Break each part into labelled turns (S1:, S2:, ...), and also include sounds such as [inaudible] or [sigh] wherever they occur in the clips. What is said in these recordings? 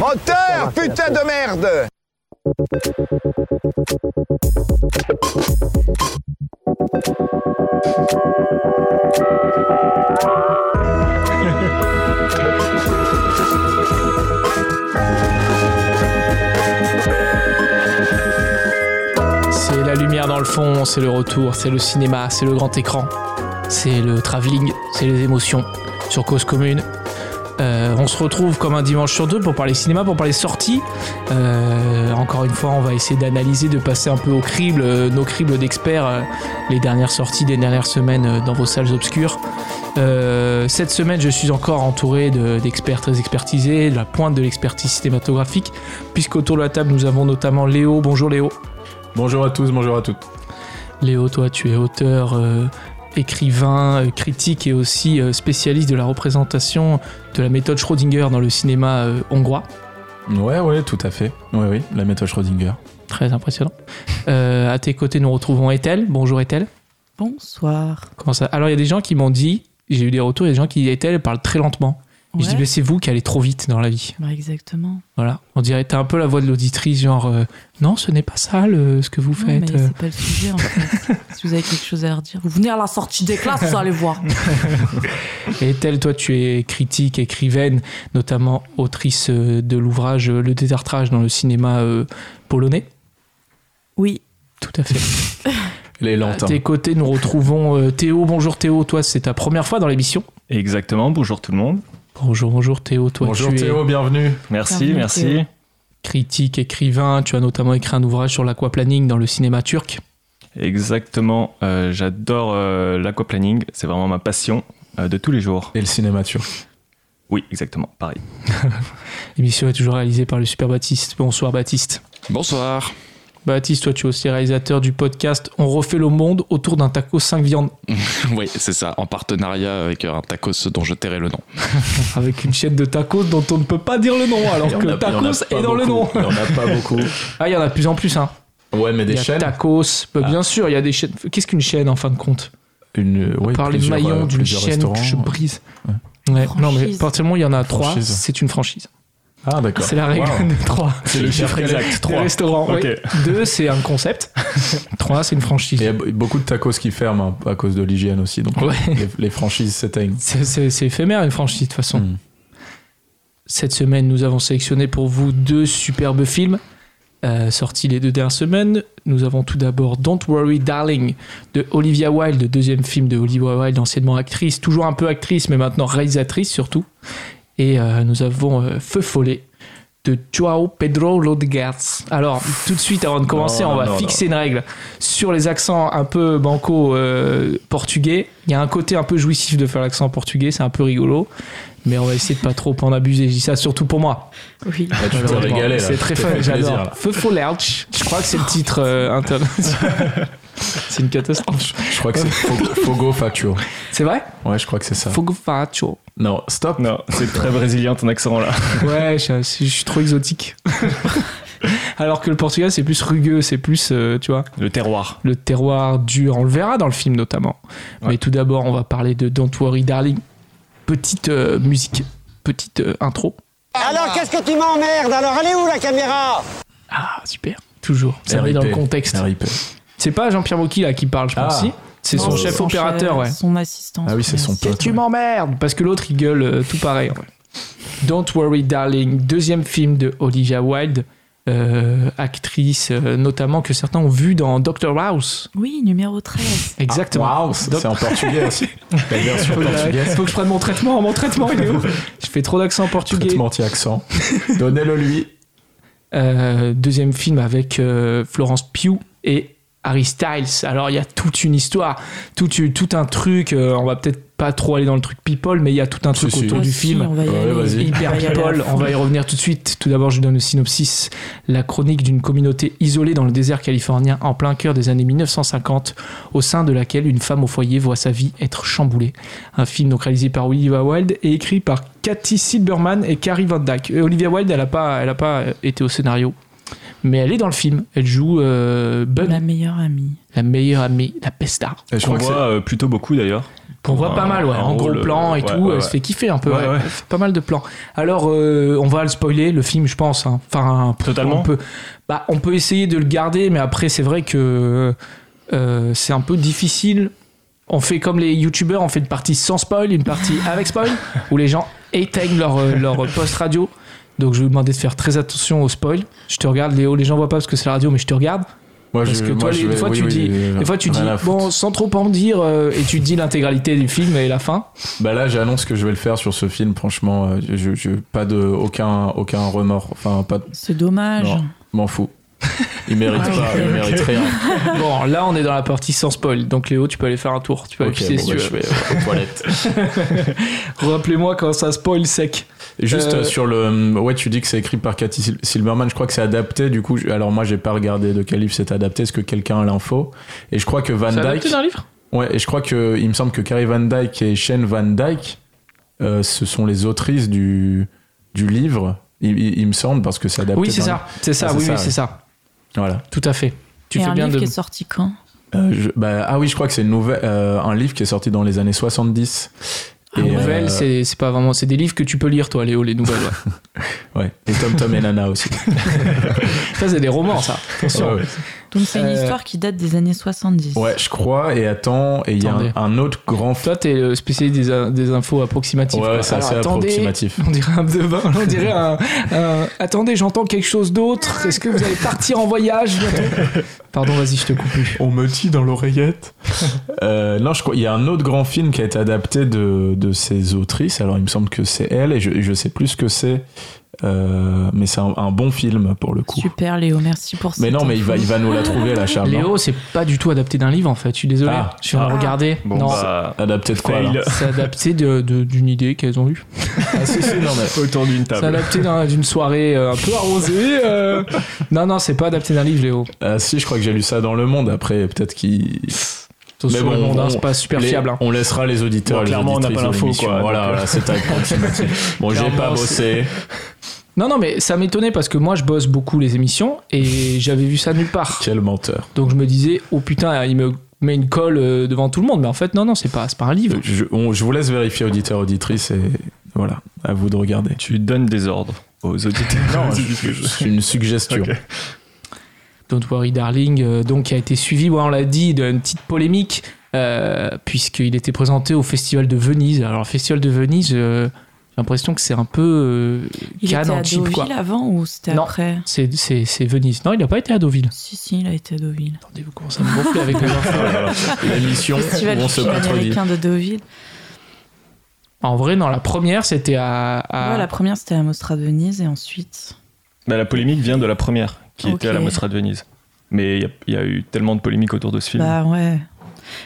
S1: Moteur, putain de merde
S2: C'est la lumière dans le fond, c'est le retour, c'est le cinéma, c'est le grand écran, c'est le travelling, c'est les émotions sur Cause Commune. Euh, on se retrouve comme un dimanche sur deux pour parler cinéma, pour parler sorties. Euh, encore une fois, on va essayer d'analyser, de passer un peu au crible, euh, nos cribles d'experts, euh, les dernières sorties des dernières semaines euh, dans vos salles obscures. Euh, cette semaine, je suis encore entouré de- d'experts très expertisés, de la pointe de l'expertise cinématographique, puisqu'autour de la table, nous avons notamment Léo. Bonjour Léo.
S3: Bonjour à tous, bonjour à toutes.
S2: Léo, toi, tu es auteur, euh, écrivain, euh, critique et aussi euh, spécialiste de la représentation de la méthode Schrödinger dans le cinéma euh, hongrois.
S3: Ouais, ouais, tout à fait. Ouais, oui, la méthode Schrödinger.
S2: Très impressionnant. Euh, à tes côtés, nous retrouvons Ethel. Bonjour Ethel.
S4: Bonsoir.
S2: Comment ça Alors, il y a des gens qui m'ont dit, j'ai eu des retours, il y a des gens qui, Ethel, parle très lentement. Et Je dis,
S4: Ouais.
S2: mais c'est vous qui allez trop vite dans la vie.
S4: Bah, exactement.
S2: Voilà. On dirait, t'as un peu la voix de l'auditrice, genre, euh, non, ce n'est pas ça le- ce que vous
S4: Non, mais
S2: faites. euh.
S4: c'est pas le sujet en fait.
S2: [laughs]
S4: si vous avez quelque chose à redire, vous venez à la sortie des classes, vous allez voir.
S2: Et tel, toi, tu es critique, écrivaine, notamment autrice euh, de l'ouvrage euh, Le détartrage dans le cinéma euh, polonais.
S4: Oui.
S2: Tout à fait.
S3: Elle est hein.
S2: À Ah, tes côtés, nous retrouvons euh, Théo. Bonjour Théo, toi, c'est ta première fois dans l'émission.
S5: Exactement, bonjour tout le monde.
S2: Bonjour, bonjour Théo, toi,
S3: bonjour
S2: tu es
S3: Théo, bienvenue.
S5: Merci,
S4: Bienvenue,
S5: merci.
S4: Théo.
S2: critique, écrivain. Tu as notamment écrit un ouvrage sur l'aquaplaning dans le cinéma turc.
S5: Exactement, euh, j'adore euh, l'aquaplaning, c'est vraiment ma passion euh, de tous les jours.
S3: Et le cinéma turc.
S5: Oui, exactement, pareil.
S2: L'émission est toujours réalisée par le super Baptiste. Bonsoir Baptiste.
S6: Bonsoir. [laughs]
S2: Baptiste, toi, tu es aussi réalisateur du podcast On refait le monde autour d'un taco 5 viandes
S6: Oui, c'est ça, en partenariat avec euh, un tacos dont je tairai le nom.
S2: avec une chaîne de tacos dont on ne peut pas dire le
S3: [laughs]
S2: nom alors
S3: Il y en
S2: que
S3: a- il y en a
S2: tacos
S3: pas
S2: est dans le nom.
S3: beaucoup. Il y en a pas beaucoup.
S2: Ah, il y en a de plus en plus, hein.
S3: [laughs] Ouais, mais
S2: Il
S3: des
S2: y a
S3: chaînes.
S2: Tacos, Bah, bien sûr, il y a des chaînes. Qu'est-ce qu'une chaîne en fin de compte
S3: Une, ouais,
S2: Par les
S3: plusieurs,
S2: maillons
S3: euh,
S2: d'une
S3: plusieurs
S2: chaîne que
S3: restaurants.
S2: je brise. Ouais, Non, mais
S4: Franchise.
S2: partiellement, il y en a trois,
S3: Franchise.
S2: c'est une franchise.
S3: Ah, d'accord.
S2: C'est la règle
S3: Wow.
S2: de trois. [laughs]
S3: C'est le chiffre exact.
S2: Trois restaurants, oui. Deux, c'est un
S3: [laughs]
S2: concept. trois, c'est une franchise.
S3: Il y a be- beaucoup de tacos qui ferment hein, à cause de l'hygiène aussi. Donc
S2: Ouais.
S3: les, les franchises s'éteignent.
S2: C'est- C'est c'est éphémère une franchise de toute façon.
S3: Mm.
S2: Cette semaine, nous avons sélectionné pour vous deux superbes films euh, sortis les deux dernières semaines. Nous avons tout d'abord Don't Worry Darling de Olivia Wilde, deuxième film de Olivia Wilde, anciennement actrice, toujours un peu actrice, mais maintenant réalisatrice surtout. Et euh, nous avons euh, Feu follet de Joao Pedro Lodgerz. Alors, tout de suite, avant de commencer,
S3: Non,
S2: on va
S3: non,
S2: fixer une règle. Sur les accents un peu banco euh, portugais, il y a un côté un peu jouissif de faire l'accent portugais, c'est un peu rigolo. Mais on va essayer de pas trop en abuser. Je dis ça surtout pour moi.
S4: Oui.
S3: Là, tu te
S2: Malheureusement.
S3: régalais, là.
S2: C'est très
S3: Tu t'es
S2: fun,
S3: fait plaisir,
S2: j'adore.
S3: là.
S2: Feu follet, je crois que c'est le titre euh,
S3: [laughs]
S2: international. c'est une catastrophe.
S3: Je crois
S2: [laughs]
S3: que c'est Fogo- Fogo Faccio.
S2: C'est vrai
S3: Ouais, je crois que c'est ça.
S2: Fogo facho.
S3: Non, stop.
S5: Non, c'est très brésilien ton accent là.
S2: Ouais, je, je suis trop exotique. [laughs] Alors que le Portugal, c'est plus rugueux, c'est plus, euh, tu vois,
S5: Le terroir.
S2: le terroir dur. On le verra dans le film notamment. Mais tout d'abord, on va parler de Don't Worry Darling. Petite euh, musique, petite euh, intro.
S7: Alors qu'est-ce que tu m'emmerdes Alors elle est où la caméra
S2: Ah, super. Toujours. Ça met dans le
S3: RIP.
S2: contexte.
S3: RIP.
S2: C'est pas Jean-Pierre Mocky là qui parle, je pense.
S3: Ah.
S2: si. C'est son
S4: Non,
S2: chef opérateur,
S4: chef,
S2: ouais.
S4: euh, Son assistant.
S3: Ah oui, c'est son
S2: Qu'est-ce
S3: pote.
S2: que tu
S3: ouais.
S2: m'emmerdes Parce que l'autre, il gueule euh, tout pareil. ouais. Don't Worry Darling, deuxième film de Olivia Wilde, euh, actrice euh, notamment que certains ont vu dans Doctor House.
S4: Oui,
S2: [laughs]
S4: numéro 13.
S2: Exactement.
S3: Ah, Waouh, c'est c'est en
S2: [laughs]
S3: portugais aussi. La version
S2: Faut que-
S3: portugaise.
S2: Faut que je prenne mon traitement, mon traitement, il est où Je fais trop d'accent portugais.
S3: Traitement anti-accent. Donnez-le lui.
S2: Euh, deuxième film avec euh, Florence Pugh et Harry Styles. Alors il y a toute une histoire, tout, tout un truc. euh, on va peut-être pas trop aller dans le truc people, mais il y a tout un truc
S3: si.
S2: autour du
S4: Ah, si,
S2: film.
S4: On va y
S3: Ouais,
S4: aller.
S3: vas-y.
S2: Hyper
S4: On va y aller à
S2: people,
S4: fond.
S2: on va y revenir tout de suite. Tout d'abord, je vous donne le synopsis. La chronique d'une communauté isolée dans le désert californien en plein cœur des années 1950, au sein de laquelle une femme au foyer voit sa vie être chamboulée. Un film donc réalisé par Olivia Wilde et écrit par Cathy Silberman et Carrie Van Dyke. Euh, Olivia Wilde, elle n'a pas, elle a pas euh, été au scénario. mais elle est dans le film. Elle joue euh, Bun,
S4: La meilleure amie.
S2: la meilleure amie, la pestar.
S3: Et je
S5: Qu'on
S3: crois que c'est-
S5: voit euh, plutôt beaucoup d'ailleurs.
S2: Qu'on voit
S5: Un-
S2: pas mal, ouais,
S5: un
S2: en gros
S5: rôle,
S2: plan et
S5: ouais,
S2: tout,
S5: ouais,
S2: elle se
S5: ouais.
S2: fait kiffer un peu,
S5: Ouais,
S2: ouais.
S5: ouais.
S2: Elle fait pas mal de plans. Alors, euh, on va le spoiler, le film, je pense. hein. Enfin, pff,
S5: Totalement.
S2: On peut, bah, on peut essayer de le garder, mais après, c'est vrai que euh, c'est un peu difficile. On fait comme les youtubeurs, on fait une partie sans spoil, une partie avec spoil, où les gens éteignent leur, euh, leur post radio. Donc, je vais vous demander de faire très attention au spoil. Je te regarde, Léo, les gens voient pas parce que c'est la radio, mais je te regarde.
S3: Moi,
S2: Parce
S3: je-
S2: que
S3: moi,
S2: toi,
S3: je
S2: les- des
S3: vais-
S2: fois,
S3: oui,
S2: tu
S3: oui,
S2: dis,
S3: oui, oui,
S2: des fois, tu
S3: rien
S2: dis,
S3: à foutre.
S2: bon, sans trop en dire, euh, et tu dis l'intégralité du film et la fin.
S3: Bah là, j'annonce que je vais le faire sur ce film. Franchement, euh, je, je- pas de aucun aucun remords. Enfin, pas. de-
S4: C'est dommage.
S3: Non, m'en fous. Il mérite
S4: Ah,
S3: pas.
S4: ok.
S3: Il mérite
S4: [laughs]
S3: rien.
S2: Bon, là, on est dans la partie sans spoil. Donc, Léo, tu peux aller faire un tour. Tu peux aller
S3: Ok,
S2: pisser
S3: bon,
S2: si
S3: bah,
S2: tu
S3: je
S2: veux.
S3: vais euh, aux toilettes.
S2: Rappelez-moi quand ça spoil sec.
S3: Et Juste
S2: Euh,
S3: euh, sur le. hum, Ouais, tu dis que c'est écrit par Cathy Sil- Silberman. Je crois que c'est adapté. Du coup, je- alors moi, j'ai pas regardé de quel livre c'est adapté. Est-ce que quelqu'un a l'info Et je crois que Van
S2: C'est adapté
S3: Dyke.
S2: d'un livre
S3: Ouais, et je crois que il me semble que Carrie Van Dyke et Shane Van Dyke, euh, ce sont les autrices du du livre. Il, il- il me semble parce que c'est adapté.
S2: Oui, c'est
S3: d'un-
S2: ça. C'est ça,
S3: Ah, c'est
S2: oui,
S3: ça,
S2: oui,
S3: ouais.
S2: c'est ça.
S3: Voilà.
S2: Tout à fait. Tu
S4: Et
S2: fais
S4: un
S2: bien
S4: livre
S2: de.
S4: qui est sorti quand
S3: Euh, je- bah, ah oui, je crois que c'est une nouvelle, euh, un livre qui est sorti dans les années 70.
S2: Les
S3: Et, euh,
S2: nouvelles, Ah, c'est c'est pas vraiment. C'est des livres que tu peux lire, toi, Léo, les nouvelles.
S3: [laughs]
S2: ouais.
S3: Ouais. Et Tom Tom et Nana
S2: [laughs]
S3: aussi.
S2: ça, c'est des romans, ça. Attention.
S3: Ouais, ouais.
S4: Donc c'est une
S2: Euh,
S4: histoire qui date des années 70.
S3: Ouais, je crois. Et attends, et il y a
S2: Attendez.
S3: un, un autre grand. f-
S2: Toi, t'es le spécialiste des, des infos approximatives.
S3: Ouais,
S2: quoi.
S3: ouais, c'est
S2: Alors,
S3: assez
S2: attendez, [laughs]
S3: approximatif.
S2: On dirait un devin, on dirait un, un- Attendez, j'entends quelque chose d'autre.
S4: Ah.
S2: Est-ce que vous allez partir en voyage
S3: [laughs]
S2: bientôt Pardon, vas-y, je te coupe plus.
S3: On me dit dans l'oreillette. Euh, non, je crois. Il y a un autre grand film qui a été adapté de, de ces autrices. Alors, il me semble que c'est elle, et je, et je sais plus ce que c'est. Euh, mais c'est un, un bon film pour le coup.
S4: Super Léo, merci pour ça.
S3: Mais non, mais il va, il va nous la trouver, la charme. hein.
S2: Léo, c'est pas du tout adapté d'un livre en fait. Je suis désolé.
S3: Ah.
S2: je suis en train de
S4: Ah.
S2: regarder.
S5: Bon,
S2: non,
S5: bah,
S3: Adapté de quoi
S5: fail.
S3: alors
S2: [laughs] c'est adapté de- de- d'une idée qu'elles ont eue.
S3: Ah, bah. si, si, non, mais-
S5: autour d'une
S2: C'est
S5: table.
S2: adapté d'un- d'une soirée euh, un peu arrosée. euh. Non, non, c'est pas adapté d'un livre, Léo.
S3: [laughs] Ah, si, je crois que j'ai lu ça dans Le Monde. Après, peut-être qu'il.
S2: Sauf
S3: Mais
S2: sur le
S3: bon,
S2: monde, hein,
S3: on-
S2: c'est pas super
S3: Les-
S2: fiable. hein.
S3: On laissera les auditeurs.
S5: Bon,
S3: les
S5: clairement, on n'a
S3: auditrices
S5: pas
S3: de
S5: l'info,
S3: l'émission.
S5: quoi,
S3: Voilà,
S5: donc,
S3: voilà, c'est approximatif. Bon, j'ai pas
S2: Clairement,
S3: bossé.
S2: Non, non, mais ça m'étonnait parce que moi, je bosse beaucoup les émissions et j'avais vu ça nulle part.
S3: Quel menteur.
S2: Donc je me disais, oh putain, il me met une colle euh, devant tout le monde. Mais en fait, non, non, c'est pas, c'est pas un livre.
S3: Je, on- je vous laisse vérifier, auditeurs, auditrices, et voilà, à vous de regarder.
S5: Tu donnes des ordres aux auditeurs.
S3: [laughs]
S5: [laughs]
S3: Non,
S5: C'est
S3: je-
S5: juste que je-
S3: C'est une suggestion.
S5: Ok.
S2: Don't Worry Darling, euh, donc qui a été suivi, ouais, on l'a dit, d'une petite polémique, euh, puisqu'il était présenté au Festival de Venise. Alors, le Festival de Venise, euh, j'ai l'impression que c'est un peu euh,
S4: Il était
S2: Cannes en
S4: à
S2: cheap, quoi.
S4: Deauville avant ou c'était
S2: Non.
S4: après
S2: C'est, c'est, c'est Venise. Non, il n'a pas été à Deauville.
S4: Si, si, il a été à Deauville.
S2: Attendez, vous commencez à me gonfler avec les infos.
S4: [laughs]
S3: L'émission
S4: Festival
S3: où on
S4: du
S3: se
S4: film
S3: contredit.
S4: américain de Deauville.
S2: En vrai, non, la première, c'était à. à-
S4: Ouais, la première c'était à Mostra de Venise et ensuite.
S5: Bah, la polémique vient de la première, qui était à la
S4: Ok.
S5: Mostra de Venise. Mais il y a- il y, a eu tellement de polémiques autour de ce film.
S4: Bah ouais.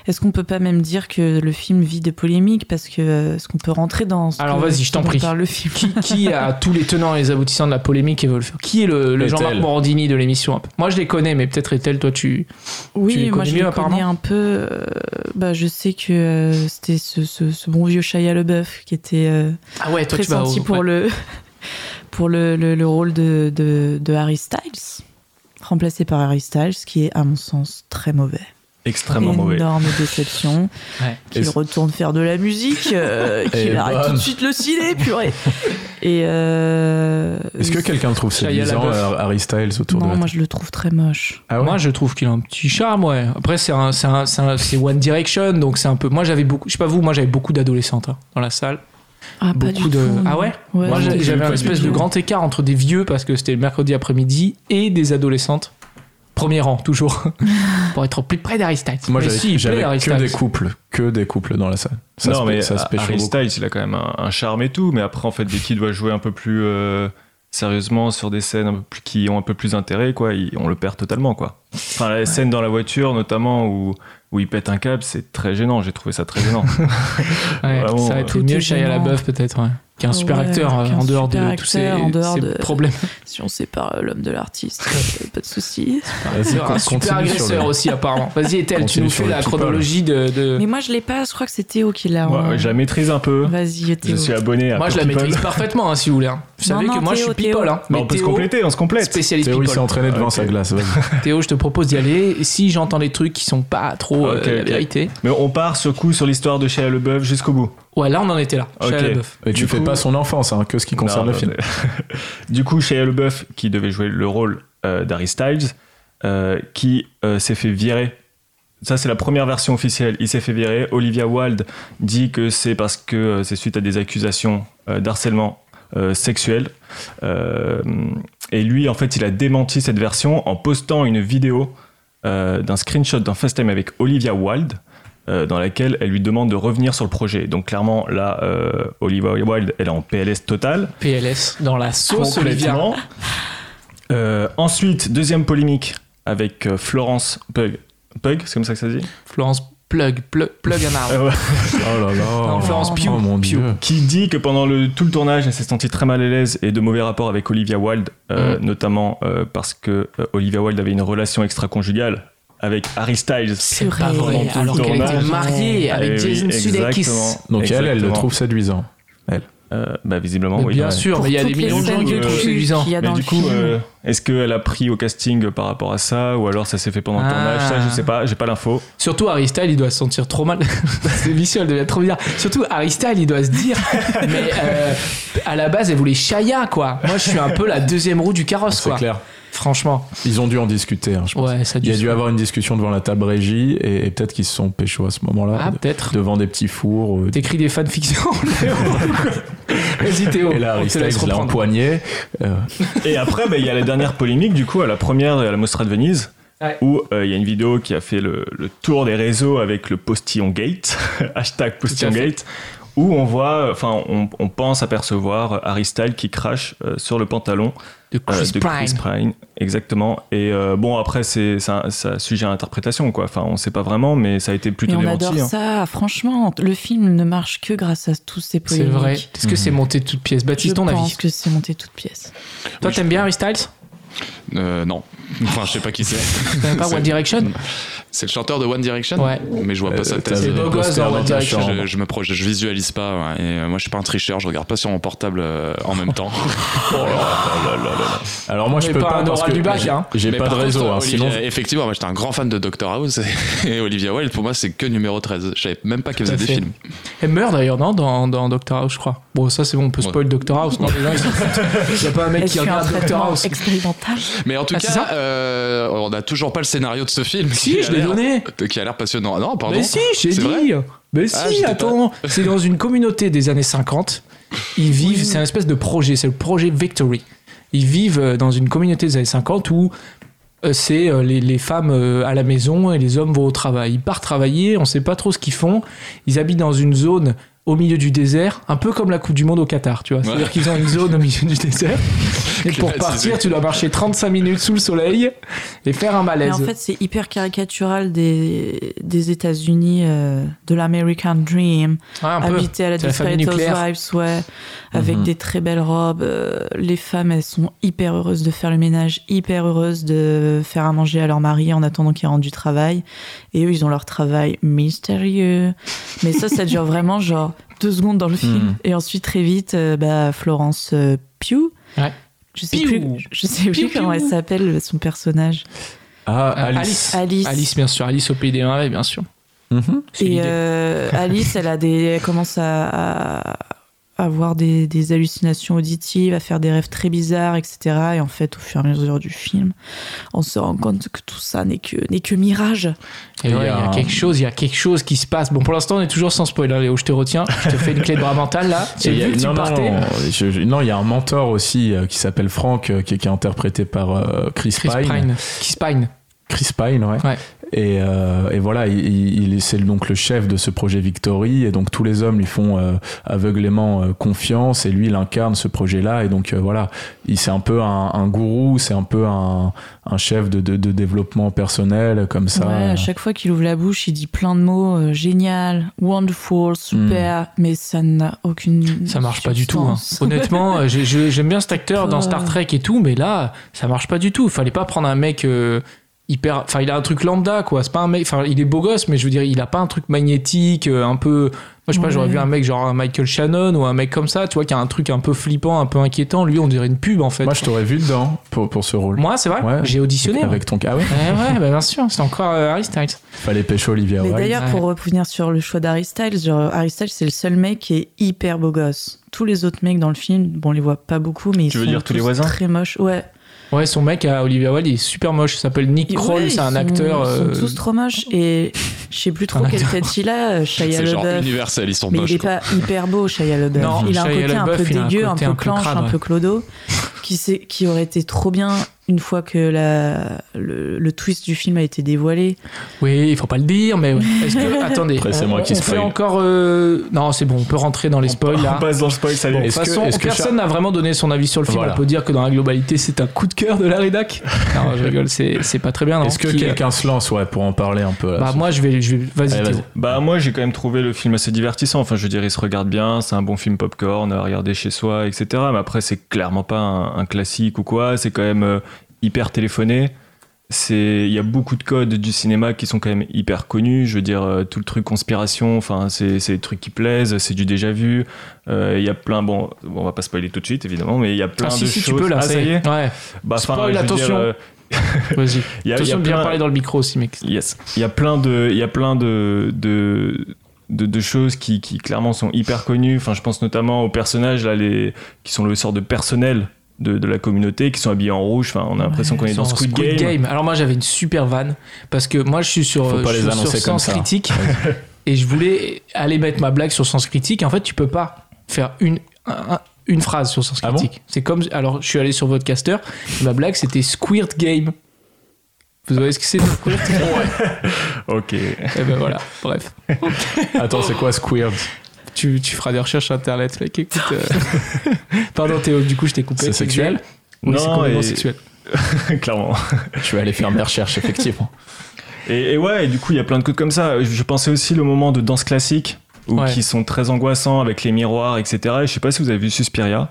S4: Est-ce qu'on peut pas même dire que le film vit des polémiques parce que euh, est-ce qu'on peut rentrer dans ce
S2: Alors,
S4: que-
S2: vas-y, je t'en
S4: dont
S2: prie.
S4: parle le film
S2: Qui, qui a tous les tenants et les aboutissants de la polémique et veut le faire Qui est le, le
S3: Ethel.
S2: Jean-Marc Morandini de l'émission un peu Moi, je les connais, mais peut-être Ethel, toi, tu.
S4: Oui,
S2: Tu les
S4: moi
S2: connais
S4: je
S2: mieux,
S4: les connais
S2: apparemment
S4: un peu. euh, bah, je sais que euh, c'était ce, ce- ce bon vieux Shia LeBeouf qui était euh,
S2: Ah ouais, toi, tu vas. au-
S4: pressenti pour,
S2: ouais.
S4: le, [laughs] pour le, le- le rôle de, de- de Harry Styles, remplacé par Harry Styles, qui est à mon sens très mauvais.
S5: Extrêmement mauvais.
S4: Énorme déception.
S2: Ouais.
S3: Et
S4: Qu'il
S3: c'est-
S4: retourne faire de la musique,
S2: [laughs]
S4: euh,
S3: Et
S2: Eh
S4: qu'il arrête
S2: ben
S3: bam.
S4: tout de suite le ciné, purée. Et euh,
S3: Est-ce que quelqu'un trouve
S2: Shia
S3: séduisant
S2: LaBeouf.
S3: euh, Harry Styles autour de
S4: Non,
S3: la
S4: moi
S3: table
S4: je le trouve très moche.
S3: Ah ouais
S2: Moi, je trouve qu'il a un petit charme, ouais. Après, c'est un, c'est un- c'est un- c'est One Direction, donc c'est un peu. Moi, j'avais beaucoup. Je sais pas vous, moi, j'avais beaucoup d'adolescentes hein, dans la salle.
S4: Ah, pas
S2: beaucoup
S4: du
S2: de.
S4: tout,
S2: ah
S4: non.
S2: ouais. Moi,
S4: Ouais, non,
S2: j'ai-
S4: pas
S2: j'avais
S4: du
S2: un
S4: tout.
S2: espèce de grand écart entre des vieux parce que c'était le mercredi après-midi et des adolescentes. Premier rang,
S4: [laughs]
S2: toujours. Pour être au plus près d'Harry Styles.
S3: Moi,
S2: Mais
S3: j'avais
S2: si, il plaît,
S3: j'avais
S2: Harry
S3: que
S2: Styles.
S3: des couples, que des couples dans la salle. Ça
S5: non,
S3: se,
S5: mais euh,
S3: ça se pêche
S5: Harry
S3: beaucoup.
S5: Styles, il a quand même un, un charme et tout. Mais après, en fait, dès qu'il doit jouer un peu plus euh, sérieusement sur des scènes un peu plus- qui ont un peu plus d'intérêt, quoi, il- on le perd totalement, quoi. Enfin, la scène dans la voiture, notamment, où, où il pète un câble, c'est très gênant. J'ai trouvé ça très
S2: [laughs]
S5: gênant.
S2: Ouais,
S5: Vraiment,
S2: ça aurait
S5: ouais.
S2: été
S4: Tout
S2: mieux
S4: est
S2: Shia
S4: gênant.
S2: LaBeouf, peut-être, ouais. Qui est un super
S4: Ouais,
S2: acteur euh,
S4: qui est un
S2: en dehors de
S4: super
S2: tous ces,
S4: acteur, en dehors
S2: ces
S3: [laughs]
S4: de-
S2: problèmes.
S4: agression sépare l'homme
S2: [laughs]
S4: de l'artiste. euh, pas de souci.
S3: Vas-y,
S2: un
S3: continue
S2: [laughs]
S3: sur
S2: super
S3: le-
S2: agresseur aussi, apparemment. Vas-y, Ethel, tu
S3: Continue
S2: nous
S3: sur
S2: fais
S3: le
S2: la
S3: people.
S2: chronologie de. de-
S4: Mais moi, je l'ai pas. Je crois que c'est Théo qui l'a.
S5: Moi,
S4: en-
S5: je la maîtrise un peu.
S4: Vas-y,
S5: Je
S4: Théo.
S5: suis abonné à
S2: Moi, je la
S5: People.
S2: maîtrise parfaitement, hein, si vous voulez. hein. Vous
S4: Non,
S2: savez
S4: non,
S2: que moi, je suis
S4: Théo,
S2: people.
S4: Théo.
S2: Hein.
S5: Bah, on peut se
S2: Théo,
S5: compléter, on se complète.
S2: spécialiste
S3: Théo, il s'est
S2: people.
S3: entraîné devant
S5: Ok.
S3: sa glace. vas-y.
S5: [laughs]
S2: Théo, je te propose d'y aller. Et si j'entends des trucs qui sont pas trop euh,
S5: Ok,
S2: la
S5: ok.
S2: vérité.
S5: Mais on part ce coup sur l'histoire de Shia LeBeouf jusqu'au bout.
S2: Ouais, là, on en était là. Shia
S5: Ok.
S2: LaBeouf.
S3: Et tu
S5: Du
S3: fais
S5: coup-
S3: pas son enfance, hein, que ce qui concerne le
S5: Non, non,
S3: film.
S5: mais- [laughs] du coup, Shia LeBeouf, qui devait jouer le rôle euh, d'Harry Styles, euh, qui euh, s'est fait virer. Ça, c'est la première version officielle. Il s'est fait virer. Olivia Wilde dit que c'est parce que euh, c'est suite à des accusations euh, d'harcèlement euh, sexuel. Euh, et lui, en fait, il a démenti cette version en postant une vidéo euh, d'un screenshot d'un FaceTime avec Olivia Wilde, euh, dans laquelle elle lui demande de revenir sur le projet. Donc, clairement, là, euh, Olivia Wilde, elle est en PLS total.
S2: PLS dans la sauce, Olivia.
S5: Complètement. Euh, ensuite, deuxième polémique avec euh, Florence Pug. Pug, c'est comme ça que ça se dit
S2: Florence Plug, plug, plug un
S4: [laughs]
S2: arbre.
S5: Euh, ouais.
S3: Oh là là.
S2: Non, Florence Pugh,
S3: Oh mon
S2: Pugh.
S3: dieu.
S5: Qui dit que pendant le, tout le tournage, elle s'est sentie très mal à l'aise et de mauvais rapports avec Olivia Wilde, euh, notamment euh, parce que euh, Olivia Wilde avait une relation extra-conjugale avec Harry Styles.
S2: C'est pas vrai,
S5: tout le
S2: alors qu'elle était
S5: tournage.
S2: mariée avec
S5: Eh oui,
S2: Jason Sudeikis.
S5: exactement,
S3: Donc elle, elle le
S5: exactement.
S3: trouve séduisant.
S5: Euh, bah, visiblement,
S2: Mais
S5: oui.
S2: bien
S5: Ouais.
S2: sûr,
S4: Pour
S2: mais il y a des
S4: toutes les
S2: millions de gens euh,
S4: scènes
S2: qui
S5: de
S2: le trouvent
S5: cul
S2: séduisant.
S4: qu'il y a
S5: Mais
S4: dans
S5: du
S4: le
S5: coup,
S4: film.
S5: euh, est-ce qu'elle a pris au casting par rapport à ça ou alors ça s'est fait pendant le
S2: Ah.
S5: tournage Ça, je sais pas, j'ai pas l'info.
S2: Surtout Harry Styles, il doit se sentir trop mal. [laughs] C'est vicieux, elle devient trop bien. Surtout Harry Styles, il doit se
S3: [laughs]
S2: dire, mais euh, à la base, elle voulait Shaya, quoi. Moi, je suis un peu la deuxième roue du carrosse,
S3: C'est
S2: quoi.
S3: clair.
S2: Franchement,
S3: Ils ont dû en discuter, hein, je pense.
S2: ouais, ça
S3: Il y a
S2: se-
S3: dû avoir une discussion devant la table régie et, et peut-être qu'ils se sont pécho à ce moment-là.
S2: Ah,
S3: de-
S2: peut-être.
S3: devant des petits fours. euh,
S2: T'écris des fanfictions, [laughs] Léo. Vas-y, Théo.
S3: et là,
S2: on
S3: Harry
S2: te laisse
S3: Styles l'a
S2: reprendre.
S3: empoigné. Euh,
S5: Et après, bah, il y a la dernière polémique, du coup, à la première à la Mostra de Venise,
S2: Ouais.
S5: où euh, il y a une vidéo qui a fait le, le tour des réseaux avec le postillon gate, [laughs] hashtag postillon gate, où on voit, enfin, on, on pense apercevoir euh, Harry Styles qui crache euh, sur le pantalon
S2: De
S5: euh,
S2: Chris
S5: de Chris
S2: Pine.
S5: Pine, exactement. Et euh, bon, après, c'est c'est un, c'est un sujet à interprétation, quoi. Enfin, on sait pas vraiment, mais ça a été plutôt
S4: Mais on
S5: démenti.
S4: adore
S5: hein.
S4: ça. Franchement, le film ne marche que grâce à tous ces
S2: C'est
S4: polémiques.
S2: vrai. Est-ce que
S3: Mhm.
S2: c'est monté de toutes pièces
S4: Je
S2: Baptiste, ton
S4: pense
S2: avis
S4: que c'est monté toute pièce.
S2: Toi, t'aimes bien Harry
S4: [laughs]
S2: Styles
S6: Euh, non. Enfin, je sais pas qui
S2: [laughs]
S6: c'est.
S2: T'aimes pas
S6: C'est-
S2: One Direction
S6: C'est le chanteur de One Direction
S2: Ouais.
S6: Mais je vois pas
S3: euh,
S6: sa
S3: t'as
S6: tête.
S2: C'est
S3: le
S2: beau gosse
S3: poster
S2: dans One
S3: ta
S2: Direction.
S3: chambre.
S6: Je, je me projette, je visualise pas. ouais. Et euh, moi, je suis pas un tricheur, je regarde pas sur mon portable euh, en
S2: [laughs]
S6: même temps.
S3: Alors moi, je
S2: Mais
S3: peux
S2: pas
S3: pas,
S2: un
S3: parce
S2: Nora
S3: que
S2: Dubac,
S3: j'ai-
S2: hein.
S3: j'ai
S6: Mais
S3: pas de
S6: par contre,
S3: réseau. hein,
S6: Olivia-
S3: sinon,
S6: Effectivement, moi, j'étais un grand fan de Doctor House et- [laughs] et Olivia Wilde, pour moi, c'est que numéro 13. Je savais même pas qu'elle
S2: Tout à
S6: faisait des
S2: fait.
S6: films.
S2: Elle meurt d'ailleurs, non dans, dans Doctor House, je crois. Bon, ça c'est bon, on peut spoil Doctor House.
S3: [laughs]
S2: Non, les gens, ils s'en foutent. Y a pas un mec
S4: Est-ce
S2: qui
S4: qu'il y a un
S2: regarde Doctor
S4: traitement
S2: House.
S4: expérimental
S6: Mais en tout
S2: Ah, c'est
S6: cas,
S2: ça
S6: euh, on a toujours pas le scénario de ce film.
S2: Si,
S6: qui
S2: je
S6: a
S2: l'ai
S6: l'air-
S2: donné.
S6: Qui a l'air passionnant. Non, pardon.
S2: Mais si, j'ai
S6: C'est
S2: dit.
S6: vrai
S2: Mais
S6: Ah,
S2: si,
S6: j'étais pas-
S2: attends. C'est dans une communauté des années 50. Ils vivent, c'est un espèce de projet, c'est le projet Victory. Ils vivent euh, dans une communauté des années 50 où euh, c'est euh, les, les femmes euh, à la maison et les hommes vont au travail. Ils partent travailler, on sait pas trop ce qu'ils font. Ils habitent dans une zone au milieu du désert, un peu comme la Coupe du Monde au Qatar, tu vois. C'est-à-dire
S6: Ouais.
S2: qu'ils ont une zone au milieu du désert. Et pour
S6: Classique.
S2: partir, tu dois marcher 35 minutes sous le soleil et faire un
S4: Mais
S2: malaise.
S4: en fait, c'est hyper caricatural des, des États-Unis, euh, de l'American Dream,
S2: Ah, un peu.
S4: habité à la
S2: C'est la famille
S4: Desperate
S2: nucléaire. Mhm.
S4: Housewives, ouais, avec des très belles robes. euh, les femmes, elles sont hyper heureuses de faire le ménage, hyper heureuses de faire à manger à leur mari en attendant qu'il rentre du travail. Et eux, ils ont leur travail mystérieux. Mais ça, ça dure vraiment genre deux secondes dans le film.
S3: Mhm.
S4: Et ensuite, très vite, euh, bah, Florence euh, Pugh.
S2: Ouais.
S4: Je sais
S2: Pugh.
S4: plus, je sais plus
S2: Pugh,
S4: comment
S2: Pugh.
S4: elle s'appelle, son personnage.
S3: ah,
S2: Euh,
S3: Alice.
S4: Alice.
S2: Alice, bien sûr. Alice au Pays des Merveilles, bien sûr.
S3: Mhm.
S2: C'est
S4: Et
S2: l'idée.
S4: euh, Alice, elle a des, elle commence à, à- à avoir des, des hallucinations auditives, à faire des rêves très bizarres, etc. Et en fait, au fur et à mesure du film, on se rend compte que tout ça n'est que n'est que mirage.
S2: Et ouais, il y a
S3: un-
S2: quelque chose, il y a quelque chose qui se passe. Bon, pour l'instant, on est toujours sans spoiler, Léo. Je te retiens. Je te fais une clé de bras mentale là. J'ai
S3: Et [laughs] il y a-
S2: vu que tu
S3: non, non,
S2: partais.
S3: non, je- je- non, il y a un mentor aussi euh, qui s'appelle Frank, euh, qui, qui est interprété par euh, Chris,
S2: Chris
S3: Pine.
S2: Pine. Chris Pine.
S3: Chris Pine, ouais.
S2: Ouais.
S3: Et, euh, et voilà, il, il- c'est donc le chef de ce projet Victory, et donc tous les hommes lui font euh, aveuglément euh, confiance, et lui, il incarne ce projet-là, et donc euh, voilà, il c'est un peu un, un gourou, c'est un peu un, un chef de, de- de développement personnel, comme ça.
S4: Ouais, à chaque fois qu'il ouvre la bouche, il dit plein de mots euh, génial, wonderful, super, mais ça n'a aucune.
S2: Hmm. Ça marche pas du tout. hein.
S4: substance.
S2: Honnêtement, euh, j'ai- j'ai- j'aime bien cet acteur dans
S4: Ouais.
S2: Star Trek et tout, mais là, ça marche pas du tout. Fallait pas prendre un mec euh, hyper. Enfin, il a un truc lambda, quoi. C'est pas un mec. Enfin, il est beau gosse, mais je veux dire, il a pas un truc magnétique, euh, un peu. Moi, je sais pas,
S4: Ouais.
S2: j'aurais vu un mec genre un Michael Shannon ou un mec comme ça, tu vois, qui a un truc un peu flippant, un peu inquiétant. Lui, on dirait une pub, en fait.
S3: Moi, je t'aurais vu dedans pour, pour ce rôle.
S2: Moi, c'est vrai,
S3: Ouais.
S2: j'ai auditionné.
S3: Avec ton Ah ouais,
S2: Ouais, ouais, bah, bien sûr, c'est encore euh, Harry Styles.
S3: fallait pêcher Olivia
S4: Mais
S3: Wilde.
S4: d'ailleurs,
S2: ouais.
S4: pour revenir sur le choix d'Harry Styles, genre, Harry Styles, c'est le seul mec qui est hyper beau gosse. Tous les autres mecs dans le film, bon, on les voit pas beaucoup, mais ils
S5: Tu veux
S4: sont
S5: dire tous les
S4: tous
S5: voisins
S4: très moches. Ouais.
S2: Ouais, son mec à Olivia Wilde, il est super moche. Il s'appelle Nick
S4: Ils-
S2: Kroll,
S4: ouais,
S2: c'est
S4: ils
S2: un
S4: sont-
S2: acteur.
S4: Ils
S2: euh,
S4: sont tous trop moches et je sais plus trop
S2: un
S4: quelle
S2: acteur.
S4: tête il a, euh, Shia
S6: C'est genre
S4: LaBeouf.
S6: universel, ils sont
S4: Mais il
S6: moches.
S4: est
S6: quoi.
S4: pas hyper beau, Shia LaBeouf.
S2: Non,
S4: il a un
S2: Shia
S4: côté un peu
S2: LaBeouf, il a un
S4: dégueu, un
S2: côté
S4: peu
S2: un peu
S4: clanche,
S2: crade,
S4: un
S2: ouais.
S4: peu clodo, qui, s'est- qui aurait été trop bien une fois que la, le, le twist du film a été dévoilé.
S2: Oui, il faut pas le dire, mais ouais. est-ce
S5: [laughs]
S2: que attendez,
S3: Après, c'est
S2: on-
S3: moi qui
S2: on
S3: spoil.
S2: fait encore euh, non, c'est bon, on peut rentrer dans les spoils là.
S5: On passe dans le spoil, ça y
S2: Bon, de
S5: est.
S2: toute
S3: Est-ce que-
S2: façon,
S3: est-ce que
S2: personne n'a vraiment donné son avis sur le film.
S3: Voilà.
S2: On peut dire que dans la globalité, c'est un coup de cœur de la rédac. Non,
S3: [laughs]
S2: je rigole, c'est c'est pas très bien. non,
S3: Est-ce que
S2: qui-
S3: quelqu'un se lance, ouais, pour en parler un peu là,
S2: Bah
S3: sur-
S2: moi, je vais, je vais- vas-y.
S3: Allez, vas-y.
S2: Théo. Ah,
S5: Bah moi j'ai quand même trouvé le film assez divertissant. Enfin je veux dire il se regarde bien, c'est un bon film popcorn à regarder chez soi, etc. Mais après c'est clairement pas un, un classique ou quoi. C'est quand même euh, hyper téléphoné. C'est il y a beaucoup de codes du cinéma qui sont quand même hyper connus. Je veux dire euh, tout le truc conspiration. Enfin c'est c'est des trucs qui plaisent. C'est du déjà vu. Euh, Il y a plein bon on va pas spoiler tout de suite évidemment mais il y a plein
S2: Ah,
S5: de
S2: si, si,
S5: choses.
S2: tu peux là,
S5: Ah, ça y est.
S2: Ouais,
S5: Bah, enfin,
S2: Spoil,
S5: je veux
S2: attention.
S5: dire, euh,
S2: vas-y.
S5: il y a- il y a
S2: Attention de bien
S5: plein-
S2: parler dans le micro aussi, mec.
S5: Yes. Il y a plein de, il y a plein de, de, de, de choses qui, qui clairement sont hyper connues. Enfin, je pense notamment aux personnages là, les, qui sont le sort de personnel de, de la communauté, qui sont habillés en rouge. Enfin, on a l'impression qu'on est dans Squid, Game.
S2: Alors moi, j'avais une super vanne parce que moi, je suis sur,
S3: Faut
S2: je
S3: pas les
S2: suis sur
S3: annoncer comme
S2: Sens
S3: ça.
S2: Critique [laughs] et je voulais aller mettre ma blague sur Sens Critique. En fait, tu peux pas faire une un- un- une phrase sur Sens
S3: Ah bon
S2: Critique. c'est comme alors, je suis allé sur votre caster. Ma blague, c'était Squirt Game. Vous savez ce que c'est le Squirt
S5: Ok. [laughs]
S2: Et ben voilà. Bref,
S3: Attends, c'est quoi Squirt
S2: tu, tu feras des recherches sur internet, mec. Écoute,
S5: [laughs]
S2: euh, pardon Théo, du coup, je t'ai coupé.
S3: C'est sexuel
S2: Oui, c'est
S5: Non,
S2: complètement
S5: et-
S2: sexuel.
S5: clairement.
S3: Je vais aller faire mes recherches, effectivement.
S5: Et, et ouais, et du coup, il y a plein de codes comme ça. Je, je pensais aussi le moment de danse classique. Ou
S2: Ouais.
S5: qui sont très angoissants avec les miroirs, etc. Et je sais pas si vous avez vu Suspiria.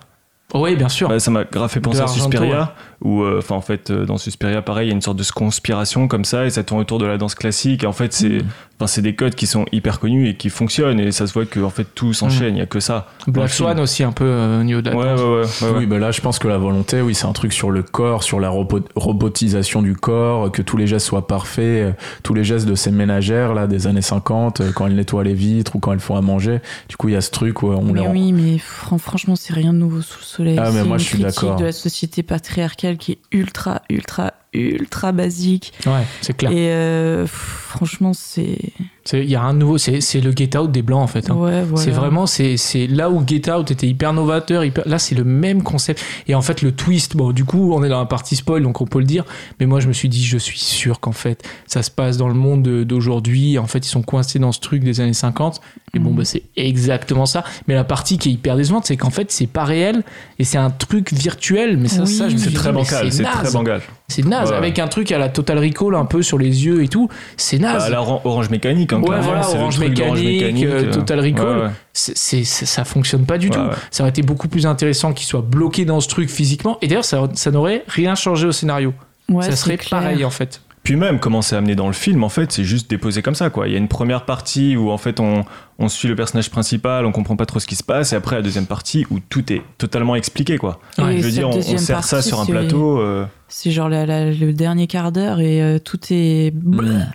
S2: Oui, bien sûr.
S5: Ouais, Bah, ça m'a grave fait penser à
S2: Argento,
S5: Suspiria, où euh, enfin en fait euh, dans Suspiria pareil, il y a une sorte de conspiration comme ça et ça tourne autour de la danse classique et en fait c'est
S2: Mm.
S5: enfin c'est des codes qui sont hyper connus et qui fonctionnent et ça se voit que en fait tout s'enchaîne, il y a que ça. dans le
S2: Black
S5: film.
S2: Swan aussi un peu euh, au niveau de la
S5: Ouais ouais ouais. ouais, ouais.
S3: Oui, bah là, je pense que la volonté, oui, c'est un truc sur le corps, sur la robo- robotisation du corps, que tous les gestes soient parfaits, euh, tous les gestes de ces ménagères, là, des années 50, euh, quand elles nettoient les vitres ou quand elles font à manger. Du coup, il y a ce truc où on les
S4: mais oui, mais fran- franchement, c'est rien de nouveau sous le soleil.
S3: Ah, mais
S4: C'est
S3: moi,
S4: une
S3: je suis
S4: critique
S3: d'accord.
S4: de la société patriarcale qui est ultra, ultra, ultra basique.
S2: Ouais, c'est clair.
S4: Et euh, pff, franchement, c'est.
S2: C'est- Il y a un nouveau, c'est c'est le Get Out des Blancs en fait. hein.
S4: Ouais, voilà.
S2: C'est vraiment, c'est c'est là où Get Out était hyper novateur, hyper... là c'est le même concept. Et en fait, le twist, bon, du coup, on est dans la partie spoil, donc on peut le dire, mais moi je me suis dit, je suis sûr qu'en fait, ça se passe dans le monde de- d'aujourd'hui, en fait, ils sont coincés dans ce truc des années 50, et
S5: Mm.
S2: bon,
S4: Mhm.
S2: bah c'est exactement ça. Mais la partie qui est hyper décevante, c'est qu'en fait, c'est pas réel, et c'est un truc virtuel, mais ça,
S4: Oui.
S2: ça je me suis
S4: C'est
S5: C'est
S2: dit,
S5: très
S2: mais
S5: bancal, c'est très
S2: naze. Ah,
S5: bancal.
S2: C'est naze,
S5: Ouais.
S2: avec un truc à la Total Recall un peu sur les yeux et tout, c'est naze.
S5: Bah, la oran- orange mécanique hein,
S2: Ouais,
S5: clairement,
S2: voilà,
S5: c'est le
S2: Orange
S5: truc d'Orange
S2: Mécanique, euh,
S5: euh,
S2: Total Recall.
S5: ouais, ouais.
S2: c'est, c'est- c'est- ça fonctionne pas du
S5: Ouais,
S2: tout.
S5: ouais.
S2: Ça aurait été beaucoup plus intéressant qu'il soit bloqué dans ce truc physiquement. Et d'ailleurs, ça, ça n'aurait rien changé au scénario.
S4: Ouais,
S2: ça
S4: c'est
S2: serait
S4: clair.
S2: pareil en fait.
S5: Puis même, comment c'est amené dans le film, en fait, c'est juste déposé comme ça, quoi. Il y a une première partie où, en fait, on, on suit le personnage principal, on comprend pas trop ce qui se passe, et après, la deuxième partie où tout est totalement expliqué, quoi.
S4: Ouais,
S5: Je veux
S4: cette
S5: dire, on, on
S4: deuxième
S5: sert ça
S4: partie,
S5: sur un
S4: c'est-
S5: plateau. euh,
S4: C'est genre la- la- le dernier quart d'heure et euh, tout est.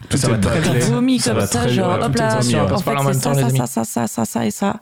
S3: Tout
S5: Ça
S3: est
S5: va très
S3: bâclé.
S4: vomi
S3: Ça
S4: comme
S3: va
S4: ça,
S3: très-
S4: genre
S3: ouais,
S4: hop
S3: tout est
S4: là,
S3: vomi,
S4: genre,
S3: ouais.
S2: On
S4: en
S2: se
S4: fait
S2: parle en même
S4: c'est
S2: temps,
S4: ça,
S2: les
S4: ça,
S2: amis.
S4: ça, ça, ça, ça, ça, et ça.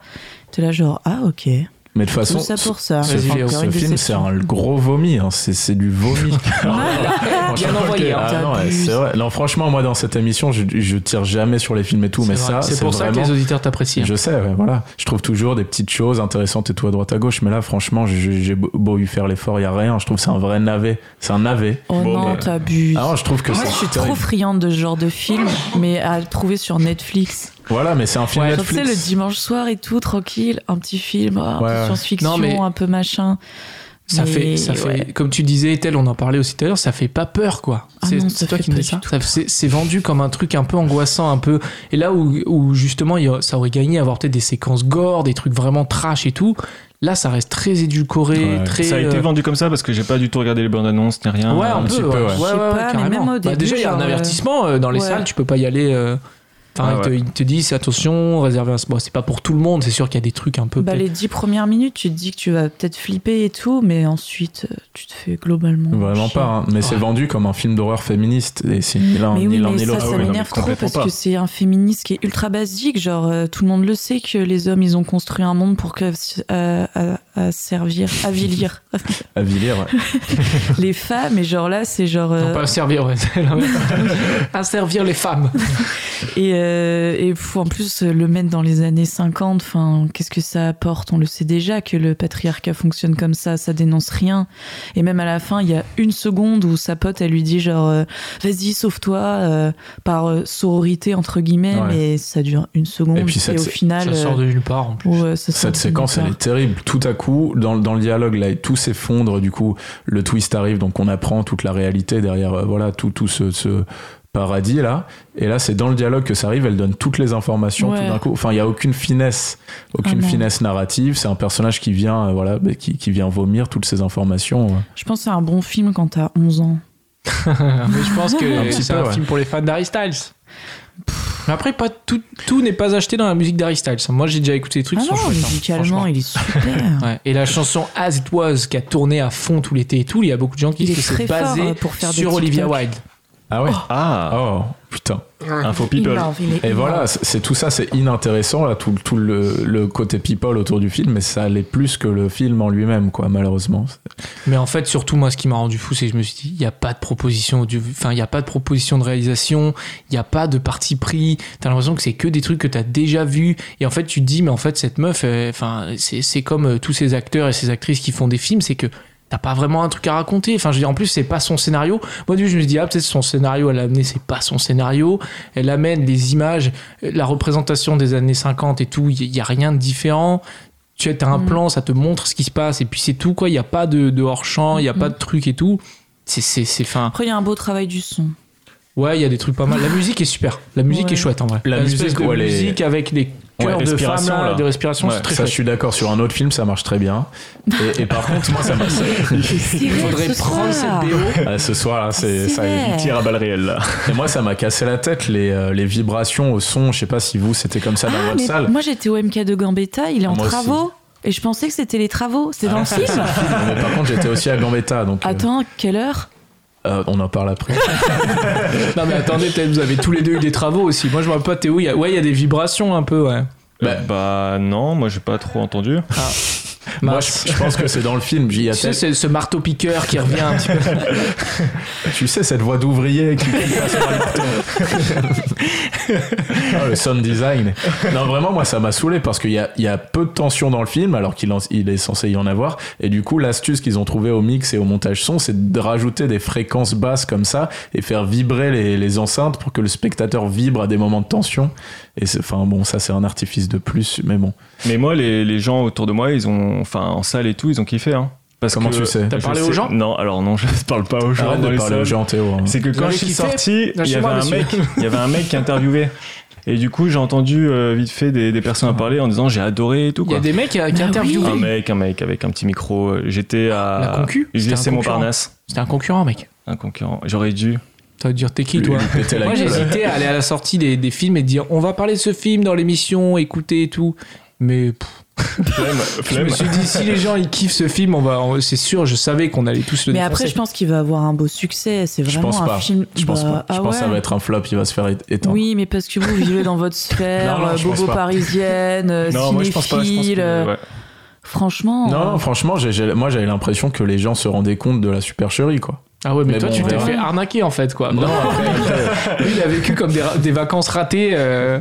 S4: T'es là genre, ah ok,
S3: Mais de toute
S4: tout
S3: façon,
S4: ça pour ça.
S3: ce,
S2: Vas-y, Léo.
S4: Encore
S3: ce
S4: une
S3: film, c'est
S4: déception.
S3: un gros vomi, hein, c'est c'est du vomi.
S2: l'a bien envoyé. hein.
S3: Ah non, ouais,
S4: T'abuses.
S3: c'est vrai. Non, franchement, moi, dans cette émission, je, je tire jamais sur les films et tout, mais
S2: vrai.
S3: ça,
S2: c'est pour ça que
S3: vraiment-
S2: les auditeurs t'apprécient. hein.
S3: Je sais, ouais, voilà. Je trouve toujours des petites choses intéressantes et tout à droite à gauche, mais là, franchement, je- j'ai beau- beau y faire l'effort, il y a rien. Je trouve que c'est un vrai navet. C'est un navet.
S4: Oh
S3: Bon,
S4: non,
S3: mais-
S4: t'abuses.
S3: Ah non, je trouve que
S4: Moi,
S3: c'est
S4: je suis
S3: terrible.
S4: trop friande de ce genre de film, mais à le trouver sur Netflix.
S3: Voilà, mais c'est un film
S2: Ouais.
S4: Genre, tu sais, le
S3: Netflix.
S4: dimanche soir et tout, tranquille, un petit film, ah, un
S3: Ouais,
S4: peu
S3: ouais.
S4: science-fiction,
S2: Non, mais-
S4: un peu machin.
S2: Ça
S4: Mais
S2: fait, ça
S4: ouais.
S2: fait, comme tu disais, tel on en parlait aussi tout à l'heure, ça fait pas peur quoi.
S4: Ah
S2: c'est
S4: non,
S2: c'est
S4: ça
S2: toi
S4: fait
S2: qui me
S4: pas
S2: dis ça.
S4: du tout
S2: Ça- C'est c'est vendu comme un truc un peu angoissant, un peu. Et là où, où justement il y a- ça aurait gagné à avoir peut-être des séquences gore, des trucs vraiment trash et tout. Là, ça reste très édulcoré,
S3: Ouais,
S2: très.
S5: Ça a été
S2: euh,
S5: vendu comme ça parce que j'ai pas du tout regardé les bandes annonces ni rien.
S2: Ouais, Hein, un,
S3: petit
S2: peu.
S3: peu, ouais.
S2: ouais,
S3: Je
S4: sais
S2: ouais, ouais,
S4: pas, mais
S2: carrément.
S4: même au
S2: Bah,
S4: début,
S2: déjà, il y a un
S4: genre, euh,
S2: avertissement euh, dans les
S4: ouais.
S2: salles, tu peux pas y aller. euh, Enfin,
S5: Ah
S2: ils te-
S5: ouais.
S2: ils te disent attention, réservez un spot. c'est pas pour tout le monde, c'est sûr qu'il y a des trucs un peu.
S4: Bah,
S2: peut-être-
S4: les dix premières minutes, tu te dis que tu vas peut-être flipper et tout, mais ensuite, euh, tu te fais globalement.
S3: Vraiment
S4: chier.
S3: pas, hein. mais c'est
S2: Ouais.
S3: vendu comme un film d'horreur féministe. Et c'est ni l'un
S4: Mais
S3: ni
S4: oui,
S3: l'un
S4: mais
S3: ni
S4: ça,
S3: l'autre.
S4: ça
S5: Ah oui, non, mais
S4: m'énerve trop
S5: complètement
S4: parce
S5: pas.
S4: que c'est un féminisme qui est ultra basique. Genre, euh, tout le monde le sait que les hommes, ils ont construit un monde pour que, euh, à,
S3: [laughs]
S4: à servir, avilir
S3: À Villiers, ouais.
S4: les femmes. Et genre là, c'est genre.
S2: Non,
S4: euh,
S2: pas servir, ouais. [laughs] c'est la même- à servir les femmes.
S4: Et, euh, et faut en plus euh, le mettre dans les années 50. Enfin, qu'est-ce que ça apporte On le sait déjà que le patriarcat fonctionne comme ça. Ça dénonce rien. Et même à la fin, il y a une seconde où sa pote, elle lui dit genre, euh, vas-y, sauve-toi euh, par euh, sororité entre guillemets.
S3: Ouais.
S4: Mais ça dure une seconde.
S3: Et
S4: Et,
S3: puis cette-
S4: au final,
S2: Ça sort de nulle part en plus.
S4: euh, ouais, ça sort
S3: Cette
S4: de
S3: séquence,
S4: nulle
S3: elle est terrible. Tout à coup, dans, dans le dialogue, là, tout s'effondre. Du coup, le twist arrive, donc on apprend toute la réalité derrière, euh, voilà, tout, tout ce, ce paradis là. Et là, c'est dans le dialogue que ça arrive. Elle donne toutes les informations
S4: Ouais.
S3: tout d'un coup. Enfin, il y a aucune finesse, aucune
S4: Ah non.
S3: finesse narrative. C'est un personnage qui vient, euh, voilà, bah, qui, qui vient vomir toutes ces informations. ouais.
S4: part. Je pense que c'est un bon film quand t'as 11 ans.
S2: Mais je pense
S3: Un
S2: que
S3: petit
S2: c'est
S3: peu,
S2: un
S3: ouais.
S2: film pour les fans d'Harry Styles. Mais après, pas tout, tout n'est pas acheté dans la musique d'Harry Styles. Moi, j'ai déjà écouté des trucs
S4: Ah
S2: qui sont
S4: non,
S2: chouettes, hein,
S4: musicalement,
S2: franchement.
S4: il est super.
S2: [laughs] Ouais. Et la chanson As It Was qui a tourné à fond tout l'été et tout, il y a beaucoup de gens qui
S4: Il
S2: disent
S4: est
S2: que c'est
S4: très fort,
S2: basé
S4: euh, pour faire des
S2: sur Olivia
S4: TikTok.
S2: Wilde.
S3: Ah ouais.
S5: Ah,
S3: Oh putain.
S5: info people.
S4: Énorme, il est
S3: Et
S4: énorme.
S3: voilà, c'est c'est tout ça, c'est inintéressant là, tout, tout le, le côté people autour du film, mais ça l'est plus que le film en lui-même, quoi, malheureusement.
S2: Mais en fait, surtout, moi, ce qui m'a rendu fou, c'est que je me suis dit, il n'y a pas de proposition audio- enfin, il n'y a pas de proposition de réalisation, il n'y a pas de parti pris. T'as l'impression que c'est que des trucs que t'as déjà vus. Et en fait, tu te dis, mais en fait, cette meuf, euh, enfin, c'est c'est comme euh, tous ces acteurs et ces actrices qui font des films, c'est que t'as pas vraiment un truc à raconter. Enfin, je veux dire, en plus, c'est pas son scénario. Moi, du coup, je me suis dit, ah, peut-être son scénario, elle l'a amené, c'est pas son scénario. Elle amène des images, euh, la représentation des années 50 et tout, il n'y a rien de différent tu as un
S4: Mm.
S2: plan, ça te montre ce qui se passe, et puis c'est tout, quoi. Il n'y a pas de, de hors-champ, il n'y a pas de truc et tout. C'est- C'est c'est fin.
S4: Après, il y a un beau travail du son.
S2: Ouais, il y a des trucs pas mal. La musique est super. La musique
S4: Ouais.
S2: est chouette en vrai.
S3: La
S2: espèce
S3: musique,
S2: de
S3: ouais, elle est-
S2: musique avec des cœurs de femmes
S5: respiration,
S2: là,
S5: là.
S2: de respiration,
S5: Ouais,
S2: c'est très
S3: ça, je
S2: chouette.
S3: suis d'accord. Sur un autre film, ça marche très bien. Et, et par contre, moi,
S4: [laughs]
S3: ça m'a.
S4: Il
S2: Il faudrait prendre cette BO.
S3: Ah, ce soir, là, c'est.
S4: C'est
S3: ça-
S4: vrai.
S5: Tire à balles réelles là.
S3: Et moi, ça m'a cassé la tête, les, euh, les vibrations au son. Je sais pas si vous, c'était comme ça dans
S4: Ah,
S3: votre
S4: mais
S3: salle.
S4: moi j'étais au MK de Gambetta, il est en
S3: Moi aussi. Ah,
S4: travaux. Et je pensais que c'était les travaux, c'est dans le film.
S3: Mais par contre, j'étais aussi à Gambetta, donc. euh,
S4: Attends, quelle heure
S3: euh, on en parle
S4: [laughs]
S3: après.
S2: Non mais attendez, peut-être vous avez tous les deux eu des travaux aussi. Moi je vois pas Théo, il y a- ouais il y a des vibrations un peu ouais.
S5: Bah, bah non, moi j'ai pas trop entendu.
S3: moi,
S2: Mince.
S3: je, je pense que c'est dans le film. J'y
S2: Bah, Tu sais,
S3: attends.
S2: c'est ce marteau piqueur qui revient un petit
S3: [laughs]
S2: peu.
S3: Tu sais, cette voix d'ouvrier qui, qui passe par le marteau. [laughs] Ah, le sound design. Non, vraiment, moi, ça m'a saoulé parce qu'il y a, il y a peu de tension dans le film, alors qu'il en- il est censé y en avoir. Et du coup, l'astuce qu'ils ont trouvée au mix et au montage son, c'est de rajouter des fréquences basses comme ça et faire vibrer les, les enceintes pour que le spectateur vibre à des moments de tension. Et c'est, enfin, bon, ça, c'est un artifice de plus, mais bon.
S5: Mais moi, les, les gens autour de moi, ils ont, enfin, en salle et tout, ils ont kiffé. Hein. Parce
S3: Comment
S5: que-
S3: tu sais
S2: T'as
S5: Je
S2: parlé aux
S5: sais-
S2: gens
S5: Non, alors non, [laughs] je parle pas aux gens.
S3: Arrête
S5: dans
S3: de
S5: les
S3: parler aux
S5: salles.
S3: gens, Théo. hein.
S5: C'est que quand
S2: avez
S5: je suis
S2: kiffé
S5: sorti, il y, avait
S2: Lâchez-moi,
S5: un
S2: monsieur.
S5: mec, il y avait un mec qui interviewait. Et du coup, j'ai entendu euh, vite fait des, des personnes à parler en disant j'ai adoré et tout.
S2: Il y
S5: Quoi.
S2: a des mecs qui, qui
S4: Bah oui.
S2: interviewent.
S3: Ah,
S5: Un mec, un mec avec un petit micro. euh, J'étais à.
S2: La concu C'était un
S5: UGC
S2: concurrent.
S5: Montparnasse.
S2: C'était un concurrent mec.
S5: Un concurrent. J'aurais dû.
S2: Ça veut dire t'es qui
S3: Lui-
S2: toi
S3: lui péter la
S2: Moi
S3: gueule.
S2: j'hésitais à aller à la sortie des, des films et dire on va parler de ce film dans l'émission, écouter et tout. Mais pff,
S5: Flemme,
S2: [laughs] je me
S5: flemme.
S2: suis dit si les gens ils kiffent ce film, on va, on- c'est sûr, je savais qu'on allait tous le
S4: Mais après, je
S2: défoncer.
S4: pense qu'il va avoir un beau succès. C'est
S3: Je
S4: vraiment
S3: pense
S4: un
S3: pas.
S4: film.
S3: Je pense
S4: Bah,
S3: pas. Je
S4: ah
S3: pense que ça
S4: ouais.
S3: va être un flop, il va se faire é- éteindre.
S4: Oui, mais parce que vous vivez dans votre
S3: [laughs]
S4: sphère,
S3: Non, non, je pense
S4: bobo
S3: pas.
S4: parisienne, euh,
S5: Non, moi je pense pas. Je pense
S4: cinéphile. euh,
S5: que, ouais.
S4: Franchement,
S3: Non,
S4: euh,
S3: non, franchement, j'ai- j'ai- moi j'avais l'impression que les gens se rendaient compte de la supercherie, quoi.
S2: Ah ouais, mais,
S3: Mais
S2: toi,
S3: bon,
S2: tu
S3: on
S2: t'es
S3: verra.
S2: fait arnaquer en fait,
S5: Ah
S2: quoi. [laughs]
S3: Non, après,
S2: Lui, il a vécu comme des, ra- des vacances ratées euh,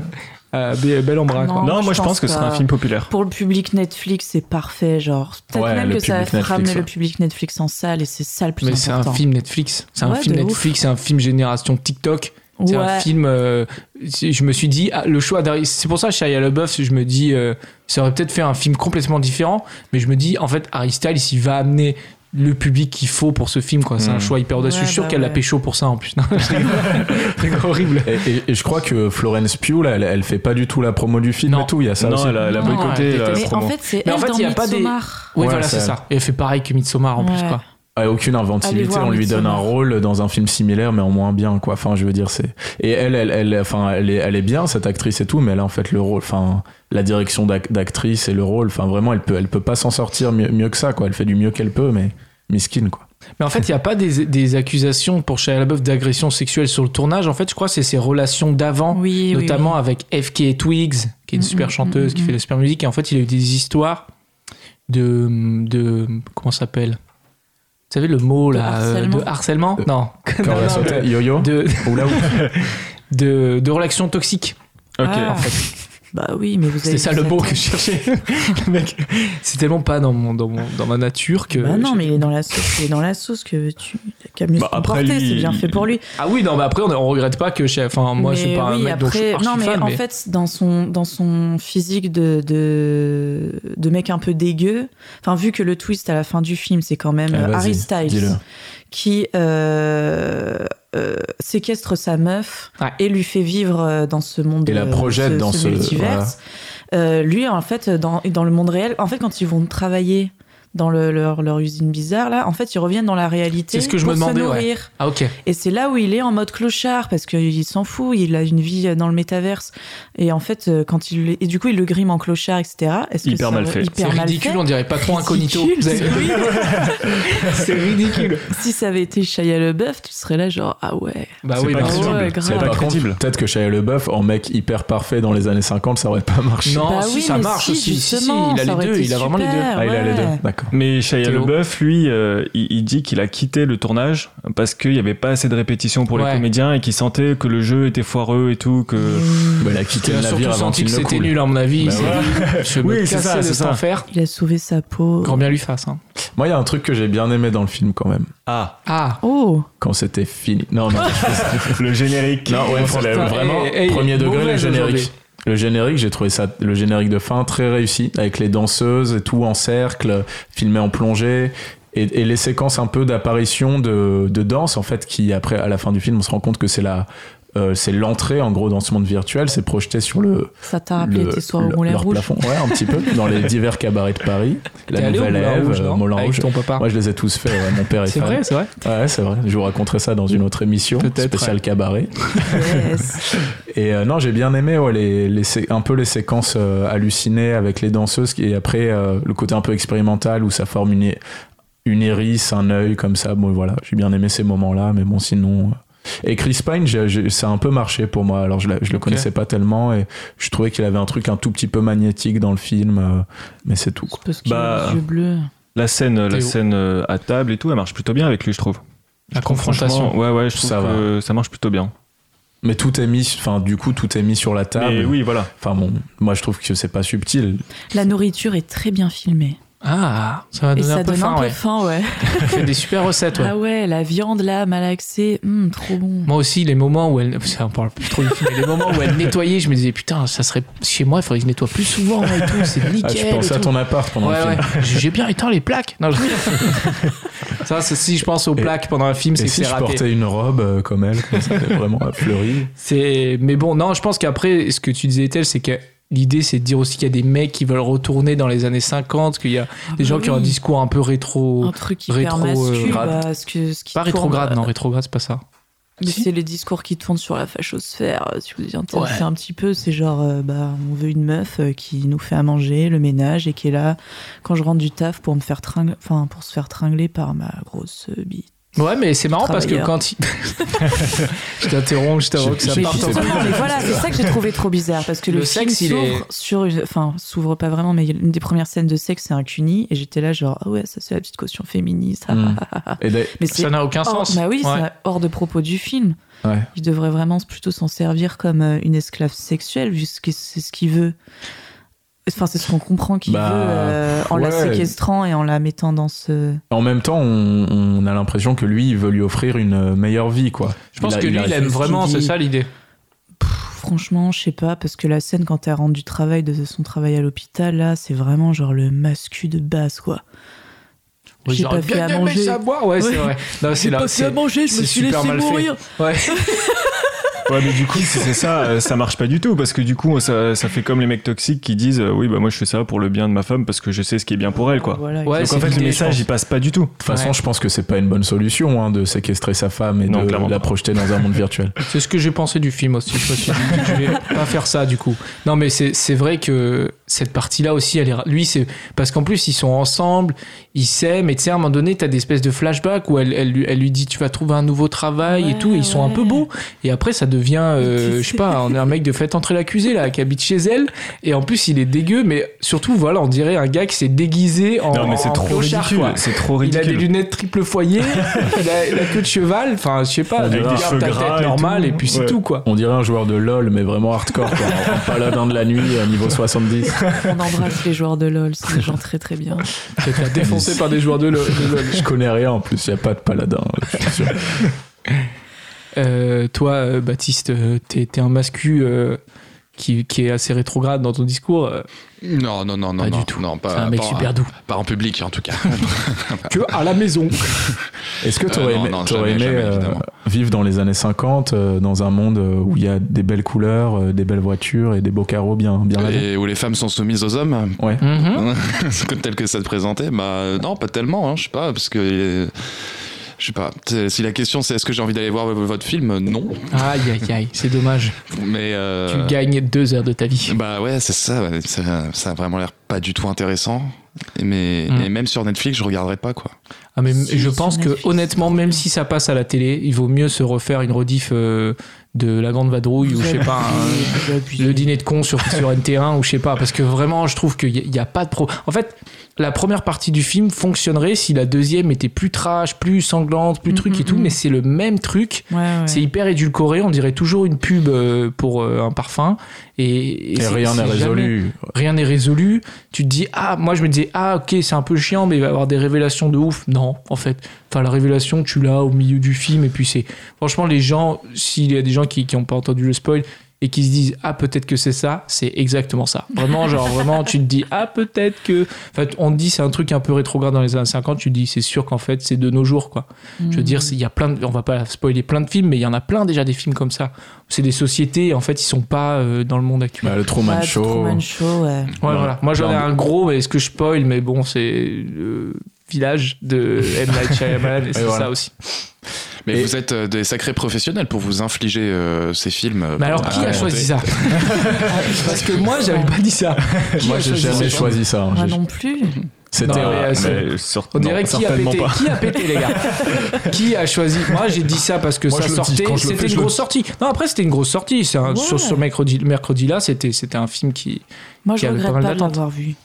S2: à Bé- Bel en Bras, quoi.
S4: Non,
S5: Non, moi
S4: je
S5: je pense
S4: pense
S5: que ce sera un
S4: pas.
S5: film populaire.
S4: Pour le public Netflix, c'est parfait. Genre, peut-être
S3: Ouais,
S4: même
S3: le
S4: que ça va
S3: public Netflix,
S4: ramener
S3: ouais.
S4: le public Netflix en salle et c'est ça le plus
S2: Mais c'est
S4: important.
S2: un film Netflix. C'est un
S4: Ouais,
S2: film
S4: de ouf.
S2: Netflix, c'est un film génération TikTok. C'est un
S4: Ouais.
S2: film. euh, c'est- je me suis dit, ah, le choix d'Ari- C'est pour ça, Shia LaBeouf, je me dis, euh, ça aurait peut-être fait un film complètement différent. Mais je me dis, en fait, Harry Styles, il va amener le public qu'il faut pour ce film, quoi. C'est un
S5: Mm.
S2: choix hyper audacieux.
S4: Ouais,
S2: je suis sûr
S4: bah
S2: qu'elle l'a
S4: ouais.
S2: pécho pour ça, en plus. [laughs] Non, je rigole. C'est horrible.
S3: Et, et- et je crois que Florence Pugh, là, elle, elle fait pas du tout la promo du film
S2: Non.
S3: et tout. Il y a ça
S5: non,
S3: aussi.
S5: elle a, elle a
S4: Non,
S5: boycotté
S2: elle
S5: la
S2: déteste.
S4: Mais en
S5: promo.
S4: fait, c'est
S2: Mais en
S4: elle
S2: fait,
S4: dans
S2: il y a pas des-
S4: Midsommar.
S2: Ouais,
S3: Ouais,
S2: voilà,
S3: ça-
S2: c'est ça. Et elle fait pareil que Midsommar, en plus,
S4: Ouais.
S2: quoi.
S3: Ouais, aucune inventivité.
S4: Allez voir
S3: on lui donne un
S4: Midsommar.
S3: rôle dans un film similaire, mais en moins bien, quoi. Enfin, je veux dire, c'est. Et elle, elle, elle, enfin, elle est, elle est bien cette actrice et tout, mais elle a en fait le rôle, enfin, la direction d'ac- d'actrice et le rôle, enfin, vraiment, elle peut, elle peut pas s'en sortir mieux, mieux que ça, quoi. Elle fait du mieux qu'elle peut, mais miskin, quoi.
S2: Mais en fait, il n'y a pas des, des accusations pour Shia LaBeouf d'agression sexuelle sur le tournage. En fait, je crois que c'est ses relations d'avant.
S4: Oui, oui,
S2: notamment avec FK Twigs, qui est une
S4: Mm,
S2: super
S4: mm,
S2: chanteuse,
S4: mm,
S2: qui
S4: mm.
S2: fait de la super musique. Et en fait, il a eu des histoires de. de comment ça s'appelle Vous savez le mot
S4: De
S2: là euh,
S4: harcèlement.
S2: De harcèlement
S3: De-
S2: Non.
S3: Quand
S2: Non,
S3: elle a
S2: non,
S3: sauté,
S2: de-
S3: yo-yo,
S2: de,
S3: ou
S4: [laughs]
S3: là où.
S2: de, de relations toxiques.
S4: oui.
S5: Ok.
S4: Ah. [laughs] Bah oui, mais vous
S2: C'était
S4: avez.
S2: ça le
S4: vous
S2: mot
S4: êtes-
S2: que je cherchais. [laughs] le mec, c'est tellement pas dans, mon, dans, mon- dans ma nature que.
S4: Bah non,
S2: j'ai-
S4: mais il est dans la sauce, il est dans la sauce que tu. Qu'à mieux
S5: Bah,
S4: se
S5: après,
S4: comporter,
S5: lui,
S4: c'est bien
S5: il-
S4: fait pour lui.
S2: Ah oui, non, mais après, on, on regrette pas que. chez- Enfin, moi, je suis
S4: Mais
S2: pas un
S4: oui,
S2: mec dont je suis
S4: après-
S2: archi
S4: Non, mais
S2: fan,
S4: en
S2: mais-
S4: fait, dans son, dans son physique de, de, de mec un peu dégueu, enfin, vu que le twist à la fin du film, c'est quand
S2: Eh,
S4: même
S3: Ah,
S4: euh,
S3: vas-y,
S4: Harry Styles
S3: dis-le.
S4: qui euh, euh, séquestre sa meuf
S2: Ouais.
S4: et lui fait vivre euh, dans ce monde
S3: Et la
S4: euh,
S3: projette
S4: ce-
S3: dans
S4: ce
S3: ce-
S4: multiverse. Euh, lui, en fait, dans, dans le monde réel, en fait, quand ils vont travailler dans le- leur, leur usine bizarre, là, en fait, ils reviennent dans la réalité
S2: C'est ce que je
S4: pour
S2: me demandais,
S4: se
S2: ouais.
S4: nourrir.
S2: Ah, ok.
S4: Et c'est là où il est en mode clochard parce qu'il s'en fout, il a une vie euh, dans le métaverse. Et en fait, euh, quand il est- et du coup, il le grime en clochard, etc. Est-ce que
S5: Hyper
S4: ça-
S5: mal fait.
S2: C'est
S4: Hyper mal
S2: ridicule,
S4: fait.
S2: on dirait pas trop incognito.
S4: Ridicule,
S2: Vous avez- C'est ridicule.
S4: Si ça avait été Shia LeBeouf, tu serais là genre ah ouais.
S2: Bah
S5: C'est
S2: oui,
S5: pas
S2: non.
S5: crédible.
S4: Ouais,
S5: c'est
S4: grave.
S5: pas
S3: Par contre,
S5: crédible.
S3: Peut-être que Shia LaBeouf, en mec hyper parfait dans les années 50, ça aurait pas marché.
S2: Non,
S4: bah
S2: si,
S4: oui,
S2: ça
S4: mais
S2: marche
S4: si,
S2: aussi. Si, si,
S4: justement,
S2: il a
S4: ça
S2: les
S4: aurait
S2: deux,
S4: été
S2: il a vraiment les deux.
S4: super,
S3: Ah, il a les
S4: ouais.
S3: deux, d'accord.
S5: Mais Shia
S2: Théo.
S5: LaBeouf, lui, euh, il, il dit qu'il a quitté le tournage parce qu'il n'y avait pas assez de répétitions pour
S2: Ouais.
S5: les comédiens et qu'il sentait que le jeu était foireux et tout. Que...
S3: Bah, elle a quitté
S2: Il
S3: le
S2: a
S3: navire
S2: surtout
S3: avant
S2: senti
S3: qu'il
S2: que
S3: ne
S2: c'était
S3: coule.
S2: nul, à mon avis.
S3: Bah
S2: Je me
S5: Oui, c'est
S2: cassais
S5: ça,
S2: de
S5: c'est
S2: cet
S5: ça.
S2: enfer.
S4: Il a sauvé sa peau.
S2: Grand bien lui fasse. hein.
S3: Moi, il y a un truc que j'ai bien aimé dans le film quand même.
S5: Ah,
S2: Ah,
S4: Oh,
S3: Quand c'était fini.
S2: [laughs]
S3: Non, non,
S5: le générique. [laughs]
S3: non ouais, franchement,
S2: putain,
S3: vraiment,
S2: hey, hey,
S3: premier degré, le
S2: mauvaise
S3: générique.
S2: aujourd'hui.
S3: Le générique, j'ai trouvé ça, le générique de fin très réussi, avec les danseuses et tout en cercle, filmé en plongée, et, et les séquences un peu d'apparition de, de danse, en fait, qui après, à la fin du film, on se rend compte que c'est la, euh, c'est l'entrée, en gros, dans ce monde virtuel, c'est projeté sur le,
S4: ça t'a rappelé
S3: le-
S4: tes soirs au
S3: le-
S4: Moulin
S3: leur
S4: Rouge.
S3: plafond. Ouais, un petit peu. Dans
S4: [laughs]
S3: les divers cabarets de Paris.
S2: t'es
S3: La
S2: allé au
S3: Nouvelle
S2: Moulin
S3: Ève,
S2: Rouge,
S3: euh,
S2: non
S3: Moulin
S2: Avec
S3: Rouge.
S2: ton papa.
S3: Moi, je les ai tous faits. ouais, Mon père est
S2: Ah. C'est
S3: fan.
S2: vrai, c'est vrai.
S3: Ouais, c'est vrai. Je vous raconterai ça dans une autre émission
S2: Peut-être,
S3: spéciale cabaret.
S2: [laughs]
S4: Yes.
S3: Et euh, non, j'ai bien aimé ouais, les, les sé- un peu les séquences euh, hallucinées avec les danseuses et après euh, le côté un peu expérimental où ça forme une, é- une hérisse, un œil comme ça. Bon, voilà, j'ai bien aimé ces moments-là, mais bon, sinon. euh. Et Chris Pine, j'ai- j'ai- ça a un peu marché pour moi. Alors, je, la- je le
S2: Ok.
S3: connaissais pas tellement et je trouvais qu'il avait un truc un tout petit peu magnétique dans le film, euh, mais c'est tout. quoi.
S4: C'est Parce qu'il a
S5: Bah.
S4: les yeux bleus.
S5: La scène, la
S2: Théo.
S5: scène euh, à table et tout, elle marche plutôt bien avec lui, je trouve.
S2: La
S5: Franchement,
S2: confrontation.
S5: Ouais, ouais, je trouve
S3: Ça
S5: que ça marche plutôt bien.
S3: Mais tout est mis, enfin, du coup, tout est mis sur la table.
S5: Mais oui, voilà.
S3: Enfin bon, moi je trouve que c'est pas subtil.
S4: La nourriture est très bien filmée.
S2: Ah, ça va
S4: Et
S2: donner
S4: ça
S2: un peu
S4: donne
S2: faim,
S4: un peu
S2: ouais.
S4: faim, ouais.
S2: Tu fais des super recettes, ouais.
S4: Ah ouais, la viande là, malaxée, hum, trop bon.
S2: Moi aussi, les moments où elle. Ça, on parle plus trop du film, mais les moments où elle nettoyait, je me disais, putain, ça serait. Chez moi, il faudrait que je nettoie plus souvent et tout, c'est nickel.
S3: Ah, tu
S2: et
S3: pensais à
S2: tout.
S3: ton appart pendant le
S2: Ouais,
S3: film.
S2: ouais. J'ai j'ai bien éteint les plaques. Non, je- ça, c'est- si je pense aux
S3: Et-
S2: plaques pendant un film, c'est
S3: Et
S2: que
S3: si
S2: c'est
S3: je
S2: raté.
S3: portais une robe euh, comme elle, comme ça, vraiment
S2: [laughs]
S3: euh, fleurie.
S2: C'est, mais bon, non, je pense qu'après, ce que tu disais, Tel, c'est que l'idée, c'est de dire aussi qu'il y a des mecs qui veulent retourner dans les années 50, qu'il y a des
S4: bah
S2: gens qui ont un
S4: oui.
S2: discours un peu rétro.
S4: un truc hyper
S2: rétro,
S4: masculin,
S2: euh,
S4: bah, ce que ce qui
S2: Pas
S4: tourne,
S2: rétrograde,
S4: euh,
S2: non, rétrograde, c'est pas ça.
S4: mais
S2: Si.
S4: c'est les discours qui tournent sur la fachosphère euh, si vous vous y intéressez
S2: Ouais.
S4: un petit peu c'est genre euh, bah on veut une meuf euh, qui nous fait à manger le ménage et qui est là quand je rentre du taf pour me faire tring- enfin pour se faire tringler par ma grosse bite
S2: Ouais, mais c'est marrant parce que
S4: Travailleur.
S2: quand il... [laughs] je t'interromps juste avant
S3: Je-
S2: que ça
S3: je-
S4: Mais
S2: parte. en-
S4: putain, mais voilà, c'est ça que j'ai trouvé trop bizarre parce que le,
S2: Le
S4: film
S2: sexe, il
S4: s'ouvre
S2: est-
S4: sur une- enfin s'ouvre pas vraiment mais une des premières scènes de sexe c'est un cuni et j'étais là genre ah ouais ça c'est la petite caution féministe. ah,
S3: Mm.
S4: ah, ah, ah.
S3: Et d'ailleurs-
S4: [laughs] Mais c'est
S2: Ça n'a aucun
S4: hors,
S2: sens.
S4: bah oui,
S2: Ouais.
S4: c'est hors de propos du film.
S3: Ouais.
S4: Il devrait vraiment plutôt s'en servir comme euh, une esclave sexuelle vu que c'est ce qu'il veut. Enfin, c'est ce qu'on comprend qu'il
S3: Bah,
S4: veut euh, en la
S3: ouais.
S4: séquestrant et en la mettant dans ce.
S3: En même temps, on, on a l'impression que lui, il veut lui offrir une euh, meilleure vie, quoi.
S2: Je pense
S3: a-
S2: que lui,
S3: a-
S2: il aime
S4: ce
S2: vraiment,
S4: qu'il
S2: c'est
S4: dit.
S2: ça l'idée.
S4: Franchement, je sais pas, parce que la scène quand elle rentre du travail, de son travail à l'hôpital, là, c'est vraiment genre le mascu de base, quoi.
S2: Oui,
S4: J'ai
S2: genre,
S4: pas fait
S2: bien
S4: à
S2: aimé
S4: manger.
S2: savoir, ouais, c'est
S4: Ouais.
S2: vrai. Non, c'est
S4: J'ai
S2: là,
S4: pas fait
S2: c'est-
S4: à manger, je me
S2: c'est
S4: suis
S2: super
S4: laissé
S2: mal fait.
S4: mourir. [laughs]
S2: Ouais.
S5: Ouais, mais du coup, si c'est ça, euh, ça marche pas du tout parce que du coup, ça, ça fait comme les mecs toxiques qui disent euh, oui, bah moi je fais ça pour le bien de ma femme parce que je sais ce qui est bien pour elle, quoi.
S4: Voilà,
S2: Ouais,
S5: Donc en
S2: c'est
S5: fait, le
S2: l'idée,
S5: message
S2: je
S5: il passe pas du tout.
S3: De toute façon,
S2: Ouais.
S3: je pense que c'est pas une bonne solution hein, de séquestrer sa femme et
S5: Non,
S3: de
S5: clairement
S3: la
S5: pas.
S3: projeter dans un
S2: [laughs]
S3: monde virtuel.
S2: C'est ce que j'ai pensé du film aussi. Je me suis dit, je vais pas faire ça du coup. Non, mais c'est c'est vrai que cette partie-là aussi, elle est. ra- Lui, c'est. Parce qu'en plus, ils sont ensemble, ils s'aiment, et tu sais, à un moment donné, t'as des espèces de flashbacks où elle, elle, lui- elle lui dit Tu vas trouver un nouveau travail et
S4: Ouais,
S2: tout, et ils sont un peu
S4: ouais.
S2: beaux. Et après, ça devient. euh,
S4: Tu
S2: je sais pas, on est un mec de fait entrer l'accusé là, qui habite chez elle, et en plus, il est dégueu, mais surtout, voilà, on dirait un gars qui s'est déguisé en.
S5: non, mais
S2: en-
S5: c'est
S2: en
S5: trop
S2: clochard,
S5: ridicule.
S2: quoi.
S5: C'est trop
S2: Il a des
S5: ridicule.
S2: lunettes triple [laughs] foyer, il a la queue de cheval, enfin je sais pas,
S5: Avec
S2: tu
S5: des
S2: gardes
S5: cheveux
S2: ta
S5: gras
S2: tête
S5: et
S2: normale
S5: tout.
S2: et, puis c'est
S5: Ouais.
S2: tout [laughs] quoi.
S3: On dirait un joueur de LoL, mais vraiment hardcore, quoi, en en paladin de la nuit, à niveau 70.
S2: [laughs]
S4: On embrasse les joueurs de LoL, c'est des gens très très bien.
S2: Peut-être [laughs] la défoncé par des joueurs de LoL. de LoL.
S3: Je connais rien en plus, il a pas de paladin. je suis sûr.
S2: Euh, toi, euh, Baptiste, euh, t'es t'es un mascu euh, qui, qui est assez rétrograde dans ton discours. euh,
S6: Non, non, non, non.
S2: Pas
S6: non,
S2: du tout.
S6: Non, pas,
S2: c'est un mec
S6: pas en-
S2: super doux.
S6: pas en public, en tout cas.
S2: Que à la [laughs] maison.
S3: Est-ce que tu
S6: Euh,
S3: aurais
S6: non,
S3: aimé,
S6: non,
S3: t'aurais
S6: jamais,
S3: aimé,
S6: jamais,
S3: euh,
S6: évidemment.
S3: vivre dans les années 50, euh, dans un monde euh, où il y a des belles couleurs, euh, des belles voitures et des beaux carreaux bien, bien lavés
S6: Et où les femmes sont soumises aux hommes,
S3: Ouais.
S2: Mhm. Hum
S6: [laughs] tel que ça te présentait Bah euh, non, pas tellement, hein, je sais pas, parce que. euh, Je sais pas. C'est- Si la question c'est est-ce que j'ai envie d'aller voir votre film, non.
S2: Aïe aïe aïe, c'est dommage.
S6: Mais. euh,
S2: Tu gagnes deux heures de ta vie.
S6: Bah ouais, c'est ça, ouais, ça. Ça a vraiment l'air pas du tout intéressant. Et Mais,
S2: Mm.
S6: et même sur Netflix, je regarderais pas, quoi.
S2: Ah, mais
S4: Si,
S2: je
S4: sur
S2: pense que
S4: Netflix.
S2: honnêtement, même si ça passe à la télé, il vaut mieux se refaire une rediff euh, de La Grande Vadrouille ou je sais pas. un- le dîner de con sur,
S4: [laughs]
S2: sur NT1 ou je sais pas parce que vraiment je trouve qu'il n'y a, pas de pro en fait la première partie du film fonctionnerait si la deuxième était plus trash plus sanglante plus
S4: Mm,
S2: truc et
S4: mm,
S2: tout
S4: mm.
S2: mais c'est le même truc
S4: Ouais, ouais.
S2: c'est hyper édulcoré on dirait toujours une pub euh, pour euh, un parfum et, et
S3: Et
S2: c'est-
S3: rien n'est
S2: c'est jamais-
S3: résolu.
S2: rien n'est résolu tu te dis ah moi je me disais ah ok c'est un peu chiant mais il va y avoir des révélations de ouf non en fait enfin la révélation tu l'as au milieu du film et puis c'est franchement les gens s'il y a des gens qui n'ont pas entendu le spoil et qui se disent ah peut-être que c'est ça c'est exactement ça vraiment genre vraiment tu te dis ah peut-être que enfin on te dit c'est un truc un peu rétrograde dans les années 50 tu te dis c'est sûr qu'en fait c'est de nos jours quoi je veux
S4: Mm.
S2: dire c'est- il y a plein de, on va pas spoiler plein de films mais il y en a plein déjà des films comme ça c'est des sociétés en fait ils sont pas euh, dans le monde actuel
S3: Bah, le Truman
S4: Ouais,
S3: Show.
S4: Ah, Truman Show, ouais.
S2: Ouais, voilà. Moi, j'en ai un gros, mais est-ce que je spoil Mais bon, c'est le village de M. Night
S3: [laughs]
S2: Shyamalan, et c'est
S3: voilà.
S2: ça aussi.
S6: Mais
S3: Et-
S6: vous êtes euh, des sacrés professionnels pour vous infliger euh, ces films. euh,
S2: Mais alors,
S6: pour
S2: qui a
S6: raconter.
S2: choisi ça
S3: [laughs]
S2: Parce que moi, j'avais pas dit ça. Qui
S3: Moi,
S2: a
S3: j'ai jamais
S2: ça
S3: choisi ça. hein.
S4: Moi
S3: J'ai-
S4: Ah, non plus.
S3: C'était.
S2: Non, mais, euh, c'est-
S5: Ah, Mais sur-
S2: On
S5: non,
S2: dirait qui a
S5: certainement
S2: pété,
S5: pas.
S2: qui a pété les gars Qui a choisi Moi j'ai dit ça parce que
S3: Moi,
S2: ça
S3: je le dis.
S2: sortait,
S3: Quand je le fais,
S2: c'était
S3: je
S2: une
S3: le
S2: grosse sortie. Non après c'était une grosse sortie, C'est un-
S4: Ouais.
S2: sur ce mercredi, mercredi là c'était c'était un film qui...
S4: Moi, je
S2: Qui avait pas
S4: regrette
S2: mal
S4: pas de
S2: d'attentes.
S4: l'avoir vu.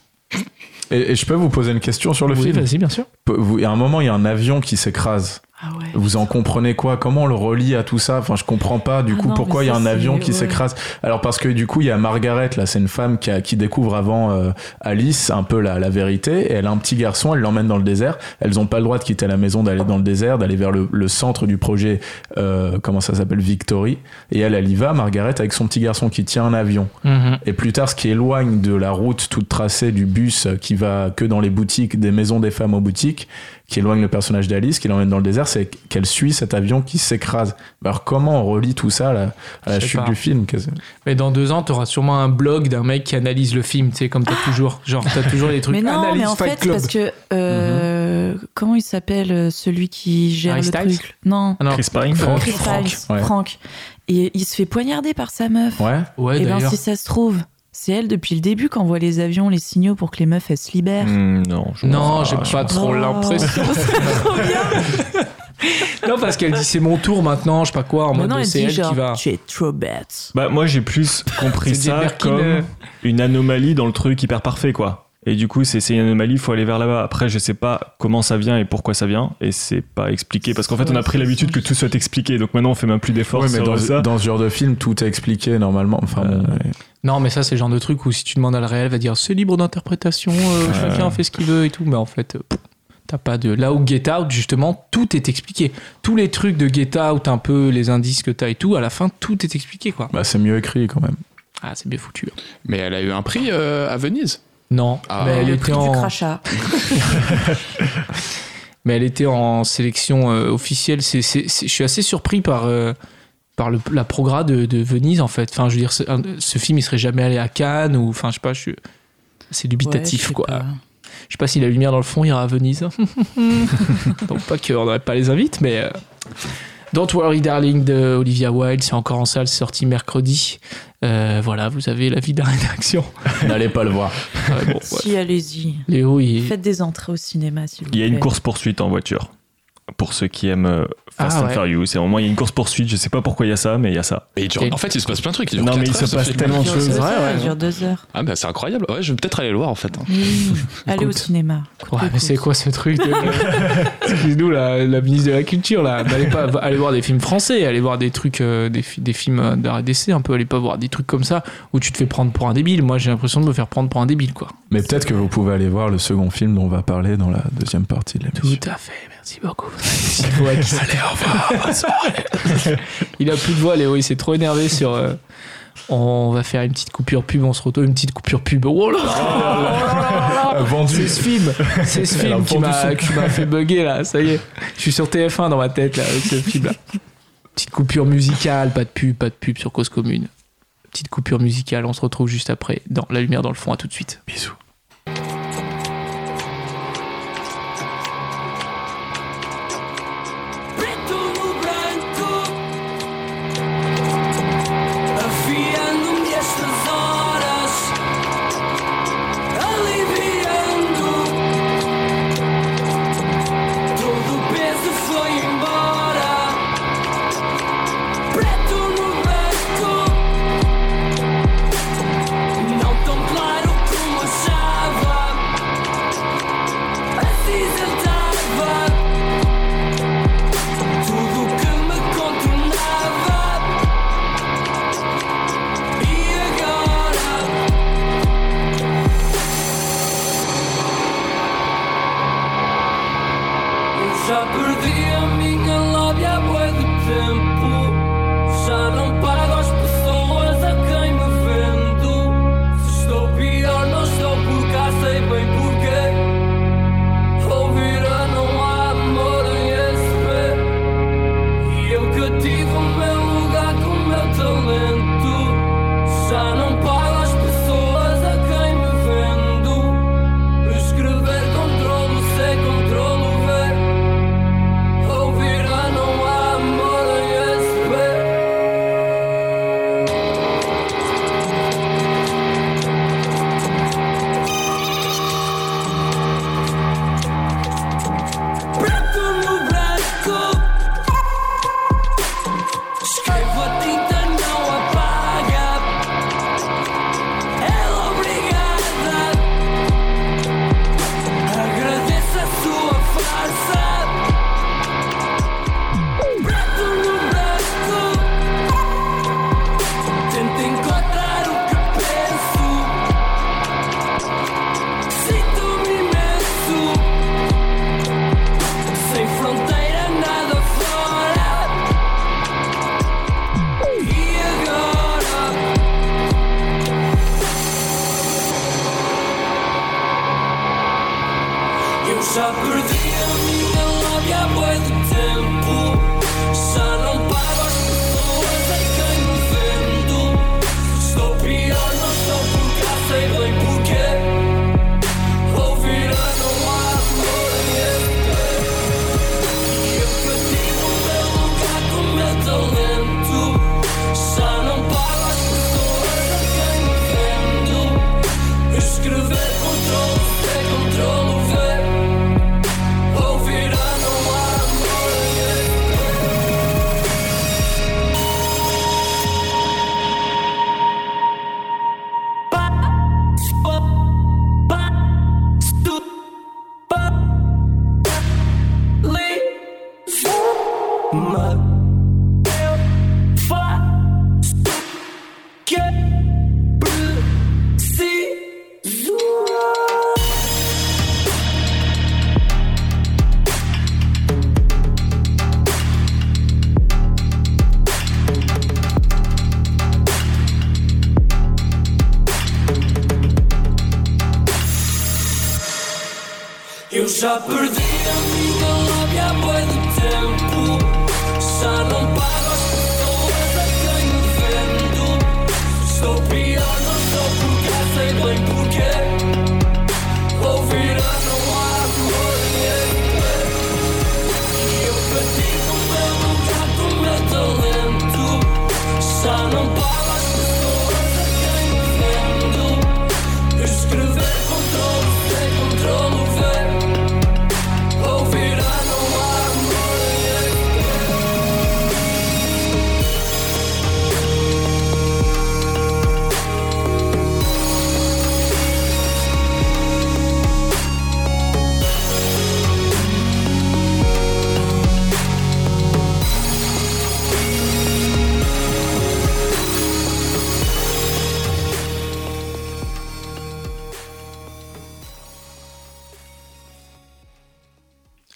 S3: Et, et je peux vous poser une question sur le
S2: Oui,
S3: film
S2: vas-y bien sûr.
S3: Pe- vous- À un moment, il y a un avion qui s'écrase.
S4: Ah ouais.
S3: Vous en comprenez quoi Comment on le relie à tout ça Enfin, je comprends pas du
S4: Ah
S3: coup
S4: non,
S3: pourquoi
S4: mais
S3: il y a
S4: ça,
S3: un
S4: c'est-
S3: avion qui
S4: ouais.
S3: s'écrase. Alors parce que du coup, il y a Margaret là, c'est une femme qui, a- qui découvre avant euh, Alice un peu la, la vérité. Et elle a un petit garçon, elle l'emmène dans le désert. Elles ont pas le droit de quitter la maison, d'aller dans le désert, d'aller vers le, le centre du projet. euh, comment ça s'appelle Victory. Et elle, elle y va, Margaret, avec son petit garçon qui tient un avion.
S2: Mhm.
S3: Et plus tard, ce qui éloigne de la route toute tracée du bus euh, qui va que dans les boutiques, des maisons des femmes aux boutiques, qui éloigne le personnage d'Alice, qui l'emmène dans le désert, c'est qu'elle suit cet avion qui s'écrase. Bah, Alors comment on relie tout ça à la, à la
S2: Je sais
S3: chute
S2: pas.
S3: du film qu'est-ce-
S2: Mais dans deux ans t'auras sûrement un blog d'un mec qui analyse le film, tu sais comme t'as toujours, genre t'as toujours des trucs...
S4: Mais non,
S2: analyse
S4: mais en
S2: Fight
S4: fait,
S2: Club. Mhm.
S4: parce que euh, comment il s'appelle euh, celui qui gère
S2: Harry
S4: le
S2: Styles
S4: truc Non,
S2: Ah non.
S5: Chris Pine.
S3: Franck.
S4: Chris
S3: Franck,
S4: Styles,
S3: ouais.
S4: Franck. Et il se fait poignarder par sa meuf.
S3: Ouais.
S2: Ouais
S4: Et ben
S2: d'ailleurs.
S4: si ça se trouve, c'est elle depuis le début qui envoie les avions, les signaux pour que les meufs elles se libèrent.
S5: Hmm, non, je
S2: Non,
S4: [laughs]
S5: pense
S2: j'ai Mm. pas trop
S4: Oh.
S2: l'impression.
S4: C'est trop bien.
S2: Non, parce qu'elle dit c'est mon tour maintenant, je sais pas quoi, en mode
S4: Maintenant, elle
S2: c'est
S4: dit
S2: elle qui
S4: genre,
S2: va.
S4: tu es trop bête.
S5: Bah moi
S2: [laughs]
S5: j'ai plus compris
S2: C'est des
S5: ça
S2: Birkin,
S5: comme
S2: euh.
S5: une anomalie dans le truc hyper parfait quoi. Et du coup c'est c'est une anomalie, faut aller vers là-bas. Après je sais pas comment ça vient et pourquoi ça vient et c'est pas expliqué parce qu'en fait on
S4: Ouais,
S5: a pris
S4: c'est
S5: l'habitude que tout soit expliqué donc maintenant on fait même plus d'efforts
S3: Ouais, mais
S5: sur
S3: dans,
S5: ça.
S3: dans ce genre de film, tout est expliqué normalement. Enfin,
S5: Euh,
S3: bon,
S2: Non, mais ça, c'est le genre de truc où si tu demandes à le réel, elle va dire c'est libre d'interprétation, euh, chacun fait ce qu'il veut et tout. Mais en fait, euh, pff, t'as pas de. Là où Get Out, justement, tout est expliqué. Tous les trucs de Get Out, un peu les indices que t'as et tout, à la fin, tout est expliqué, quoi.
S3: bah, c'est mieux écrit quand même.
S2: Ah, c'est bien foutu. hein.
S6: Mais elle a eu un prix euh, à Venise.
S2: Non,
S6: Ah.
S2: mais elle
S4: le
S2: était
S4: prix
S2: en.
S4: du crachat.
S2: mais elle était en sélection euh, officielle. C'est, c'est- c'est- je suis assez surpris par, euh, par le- la progra de, de Venise, en fait. Enfin, je veux dire, ce, un- ce film, il serait jamais allé à Cannes, ou enfin, je sais pas, je suis. C'est dubitatif,
S4: Ouais, je sais
S2: quoi.
S4: pas.
S2: Je sais pas si la lumière dans le fond ira à
S4: [laughs]
S2: Venise. Donc, pas qu'on n'aurait pas les invites, mais. euh, Don't Worry Darling de Olivia Wilde, c'est encore en salle, c'est sorti mercredi. Euh, voilà, vous avez l'avis de la
S4: [laughs]
S2: rédaction.
S3: [laughs] N'allez pas le voir.
S2: Ouais, bon, ouais.
S4: Si, allez-y.
S2: Léo, il...
S4: Faites des entrées au cinéma, s'il vous
S5: Il y a une
S4: plaît.
S5: course poursuite en voiture. Pour ceux qui aiment euh, Fast
S2: Ah,
S5: and
S2: ouais.
S5: Furious, et au moins il y a une course poursuite, je sais pas pourquoi il y a ça mais il y a ça.
S6: Et il dure-
S2: Ok.
S6: En fait, il se passe plein de trucs. Il dure
S5: Non mais
S6: quatre
S5: il se
S6: heures, ce
S5: passe
S6: film.
S5: tellement de
S4: Il dure
S5: choses.
S4: deux
S2: Ouais,
S4: heures,
S2: ouais.
S4: il dure deux heures.
S6: Ah, bah, c'est incroyable. Ouais, je vais peut-être aller le voir en fait. hein.
S4: Oui. [laughs] Allez au
S2: Écoute.
S4: cinéma.
S2: Ouais, mais
S4: Écoute.
S2: c'est quoi ce truc de... [laughs] Excuse-nous, la, la ministre de la Culture, là. Mais Allez, pas, allez voir des films français, allez voir des trucs, euh, des, fi- des films euh, d'art et d'essai, un peu, allez pas voir des trucs comme ça où tu te fais prendre pour un débile. Moi, j'ai l'impression de me faire prendre pour un débile, quoi.
S3: Mais peut-être que vous pouvez aller voir le second film dont on va parler dans la deuxième partie de l'émission.
S2: Tout à fait, merci beaucoup. allez, au revoir, bonne soirée. [laughs] Il a plus de voix, Léo, il s'est trop énervé sur. euh, On va faire une petite coupure pub, on se retrouve. Une petite coupure pub. Oh là là, oh là là là là.
S3: Euh,
S2: C'est
S3: Vendu.
S2: ce film, c'est ce
S3: Elle a
S2: film qui
S3: vendu
S2: m'a
S3: son
S2: qui m'a fait bugger là, ça y est. Je suis sur TF1 dans ma tête là avec ce film là. Petite coupure musicale, pas de pub, pas de pub sur cause commune. Petite coupure musicale, on se retrouve juste après dans La lumière dans le fond, à tout de suite.
S3: Bisous.
S8: Afiando-me estas horas, aliviando. Todo o peso foi embora. Preto no branco, não tão claro como achava. um é ma foi que ces Eu já perdi a minha lábia há muito tempo Já não pago as pessoas a quem vendo Estou pior, não estou porque sei bem porquê um Ouvirá não há glória E eu perdi o meu lugar com o meu talento Já não pago as pessoas a quem vendo Escrever controlo C, controlo V Ouvirá não há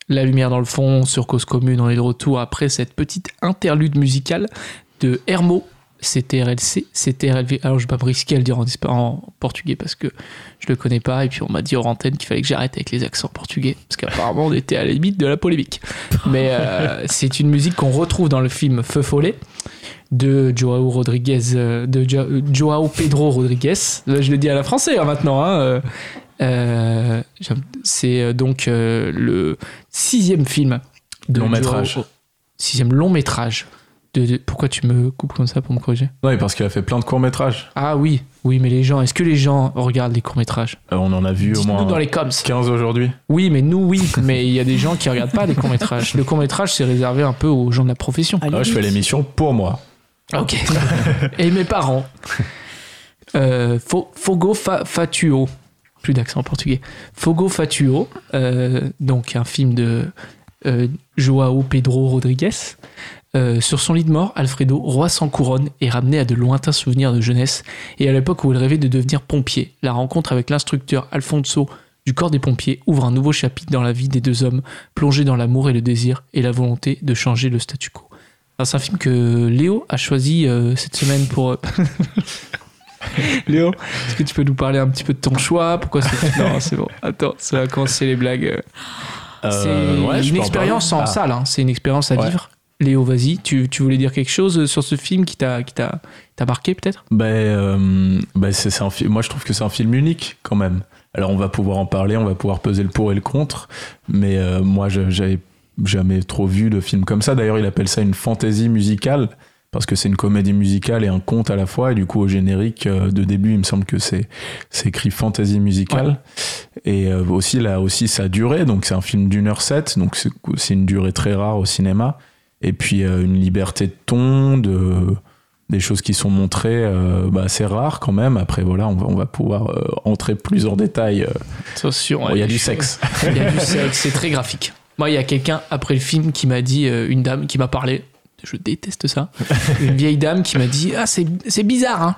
S2: La lumière dans le fond sur Cause Commune, on est de retour après cette petite interlude musicale de Hermo, CTRLC, CTRLV. Alors je vais pas me risquer à le dire en, espa- en portugais parce que je le connais pas et puis on m'a dit hors antenne qu'il fallait que j'arrête avec les accents portugais parce qu'apparemment on était à la limite de la
S3: [laughs]
S2: polémique. Mais euh, c'est une musique qu'on retrouve dans le film Feu follet de Joao Rodriguez, euh, de Jo- euh, Joao Pedro Rodriguez. Là, je le dis à la française hein, maintenant. hein, euh, euh, j'aime- c'est euh, donc euh, le sixième film de
S3: Long
S2: Joao-
S3: métrage.
S2: Sixième long métrage. De, de- pourquoi tu me coupes comme ça pour me corriger
S3: Non, et parce qu'il a fait plein de courts-métrages.
S2: Ah oui, oui, mais les gens, est-ce que les gens regardent les courts métrages
S3: Euh, on en a vu au moins
S2: Dites-nous dans les coms.
S3: 15 aujourd'hui.
S2: Oui, mais nous, oui, mais il y a des gens qui regardent pas les courts métrages. Le court métrage, c'est réservé un peu aux gens de la profession.
S4: À
S3: Ah, je fais
S4: limite.
S3: l'émission pour moi.
S2: Ok. [laughs] Et mes parents. Euh, Fo- Fogo Fa- Fatuo. Plus d'accent en portugais. Fogo Fatuo. euh, donc un film de euh, Joao Pedro Rodriguez. Euh, sur son lit de mort, Alfredo, roi sans couronne, est ramené à de lointains souvenirs de jeunesse et à l'époque où il rêvait de devenir pompier. La rencontre avec l'instructeur Alfonso du corps des pompiers ouvre un nouveau chapitre dans la vie des deux hommes, plongés dans l'amour et le désir et la volonté de changer le statu quo. Alors, c'est un film que Léo a choisi euh, cette semaine pour. euh, [laughs] Léo, est-ce que tu peux nous parler un petit peu de ton choix Pourquoi
S3: [laughs]
S2: c'est. Non, c'est bon. Attends, ça va commencer les blagues.
S3: Euh,
S2: C'est
S3: ouais, je
S2: une
S3: peux en
S2: expérience en
S3: parler. Ah.
S2: salle, hein. c'est une expérience à
S3: Ouais.
S2: vivre. Léo, vas-y, tu, tu voulais dire quelque chose euh, sur ce film qui t'a qui t'a t'a marqué peut-être
S3: Ben, euh, ben, c'est c'est un film. Moi, je trouve que c'est un film unique quand même. Alors, on va pouvoir en parler, on va pouvoir peser le pour et le contre. Mais euh, moi, je- j'avais jamais trop vu de film comme ça. D'ailleurs, il appelle ça une fantaisie musicale parce que c'est une comédie musicale et un conte à la fois. Et du coup, au générique euh, de début, il me semble que c'est c'est écrit fantaisie musicale. Et euh, aussi, là aussi, ça a duré. Donc, c'est un film d'une heure sept. Donc, c'est c'est une durée très rare au cinéma. Et puis, euh, une liberté de ton, de des choses qui sont montrées, euh, bah, c'est rare quand même. Après, voilà, on va, on va pouvoir euh, entrer plus en détail. euh.
S2: Attention,
S3: Bon, il y a du sexe.
S2: [laughs] Il y a du sexe, c'est très graphique. Moi, il y a quelqu'un après le film qui m'a dit, euh, une dame qui m'a parlé, je déteste
S3: [laughs]
S2: ça, une vieille dame qui m'a dit Ah, c'est c'est bizarre, hein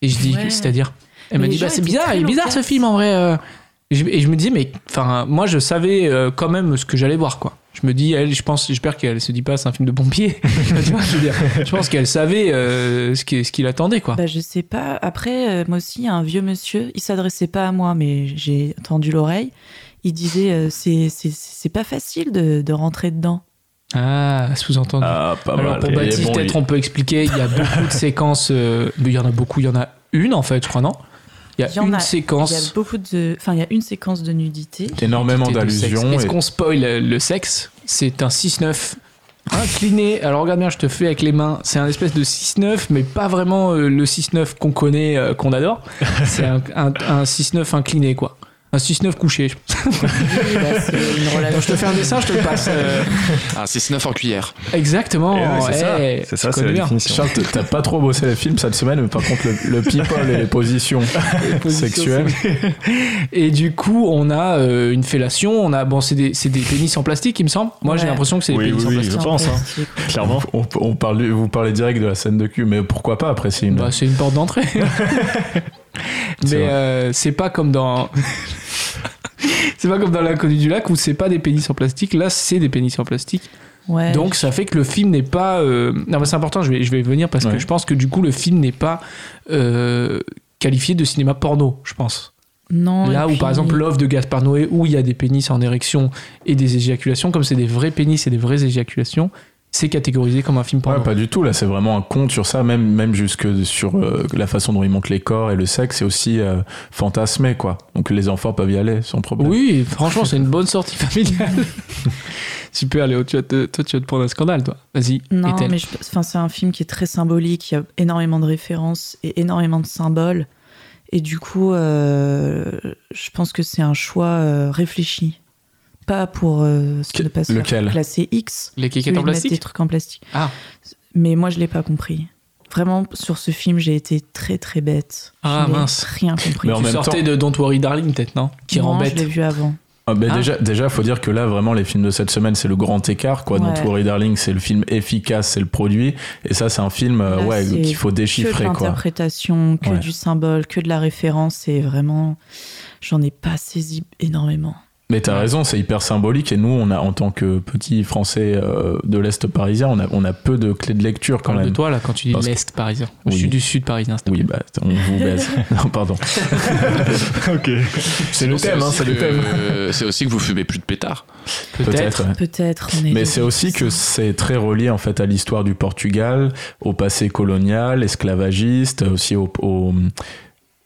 S2: Et je dis
S4: Ouais.
S2: C'est-à-dire Elle
S4: Mais
S2: m'a
S4: les
S2: dit Bah,
S4: gens
S2: c'est
S4: étaient
S2: bizarre,
S4: très
S2: il est bizarre ce
S4: loquaces.
S2: film en vrai. euh. Et je- Et je me dis Mais enfin, moi, je savais euh, quand même ce que j'allais voir, quoi. Je me dis, elle, je pense, j'espère qu'elle se dit pas, c'est un film de pompier. [laughs] tu vois, je, veux dire, je pense qu'elle savait euh, ce qui- ce qu'il attendait, quoi.
S4: Bah, je sais pas. Après, euh, moi aussi, un vieux monsieur, il s'adressait pas à moi, mais j'ai tendu l'oreille. Il disait euh, c'est c'est- c'est pas facile de, de rentrer dedans.
S2: Ah, sous-entendu.
S3: Ah, pas
S2: Alors pour
S3: Il est
S2: Baptiste,
S3: bon,
S2: peut-être
S3: lui.
S2: on peut expliquer, il y a beaucoup de séquences, euh, mais il y en a beaucoup, il y en a une en fait, je crois, non Il y a
S4: Il y en
S2: une
S4: a- Il y a
S2: séquence
S4: beaucoup de. Enfin, il y a une séquence de nudité.
S3: énormément
S2: de sexe.
S3: d'allusions.
S2: Est-ce
S3: et-
S2: qu'on spoil euh, le sexe C'est un 6-9 incliné. Alors regarde bien, je te fais avec les mains. C'est un espèce de 6-9, mais pas vraiment euh, le 6-9 qu'on connaît, euh, qu'on adore. C'est un, un- un 6-9 incliné, quoi. Un 6-9 couché.
S4: Oui, bah, c'est une
S2: Quand je te
S4: relation.
S2: fais un dessin, je te le passe. Euh,
S6: Ah, 6-9 en cuillère.
S2: Exactement.
S5: Et ouais, c'est ça,
S2: Eh,
S5: c'est
S2: tu
S5: ça, c'est
S2: connais
S5: la
S2: bien.
S5: définition.
S3: Charles, t'as- t'as pas trop bossé les films cette semaine, mais par contre, le, le people et les positions sexuelles.
S2: Et du coup, on a euh, une fellation. On a bon, c'est des, c'est des pénis en plastique, il me semble. Moi, j'ai
S4: Ouais.
S2: l'impression que c'est des
S5: Oui,
S2: pénis
S5: oui,
S2: en
S5: oui,
S2: plastique.
S5: je pense, hein. Clairement.
S3: On, on parle, vous parlez direct de la scène de cul, mais pourquoi pas après c'est une-
S2: Bah, c'est une porte d'entrée.
S3: C'est
S2: Mais
S3: vrai.
S2: euh, c'est pas comme dans. c'est pas comme dans l'inconnu du lac où c'est pas des pénis en plastique. Là, c'est des pénis en plastique.
S4: Ouais.
S2: Donc, ça fait que le film n'est pas. euh, Non, mais c'est important. Je vais, je vais y venir parce que
S3: Ouais.
S2: je pense que du coup, le film n'est pas euh, qualifié de cinéma porno. Je pense.
S4: non,
S2: Là
S4: et
S2: où, par
S4: puis-
S2: exemple, l'œuvre de Gaspard Noé, où il y a des pénis en érection et des éjaculations, comme c'est des vrais pénis et des vraies éjaculations, c'est catégorisé comme un film
S3: Ouais,
S2: porno.
S3: pas du tout. Là, c'est vraiment un conte sur ça, même, même jusque sur euh, la façon dont ils montent les corps et le sexe, c'est aussi euh, fantasmé, quoi. Donc les enfants peuvent y aller sans problème.
S2: oui, franchement, c'est une bonne sortie
S3: [laughs]
S2: familiale. Super, Léo, tu vas te,
S3: euh,
S2: toi, tu vas te prendre un scandale, toi. Vas-y,
S4: Non,
S2: Ethel.
S4: mais je- enfin, c'est un film qui est très symbolique. Il y a énormément de références et énormément de symboles. Et du coup, euh, je pense que c'est un choix euh, réfléchi. Pas pour euh, se-
S3: Que-
S4: ne pas se faire
S3: lequel
S4: classer X.
S2: Les
S4: celui
S2: kékettes en
S4: de mettre des
S2: plastique
S4: trucs en plastique.
S2: Ah.
S4: Mais moi, je l'ai pas compris. Vraiment, sur ce film, j'ai été très très bête.
S2: Ah,
S4: je n'ai
S2: mince.
S4: Rien compris.
S3: Mais en
S2: Tu
S3: même
S2: sortais
S3: temps-
S2: de Don't Worry Darling, peut-être, non Qui
S4: Non,
S2: rembête.
S4: Je l'ai vu avant.
S3: Ah, ben
S2: Ah.
S3: Déjà, déjà, faut dire que là, vraiment, les films de cette semaine, c'est le grand écart, quoi.
S4: Ouais.
S3: Don't Worry Darling, c'est le film efficace, c'est le produit. Et ça, c'est un film, euh,
S4: Là,
S3: ouais,
S4: c'est
S3: qu'il faut
S4: que
S3: déchiffrer,
S4: de
S3: quoi.
S4: l'interprétation, que
S3: Ouais.
S4: du symbole, que de la référence. Et vraiment, j'en ai pas saisi énormément.
S3: Mais t'as raison, c'est hyper symbolique. Et nous, on a, en tant que petits Français euh, de l'Est parisien, on a, on a peu de clés de lecture, quand
S2: Parle
S3: même.
S2: de toi, là, quand tu dis
S3: Parce que-
S2: l'Est parisien. Ou
S3: Oui.
S2: Je suis du Sud parisien. c'est-
S3: Oui, bah,
S2: [laughs]
S3: on vous baise. non, pardon.
S5: ok.
S3: C'est le thème, hein,
S6: aussi
S3: c'est le
S6: que-
S3: thème.
S6: euh, [laughs] c'est aussi que vous fumez plus de pétards.
S3: Peut-être. ouais.
S4: Peut-être. on
S3: Mais
S4: est des-
S3: c'est aussi que c'est très relié en fait à l'histoire du Portugal, au passé colonial, esclavagiste, aussi au, au-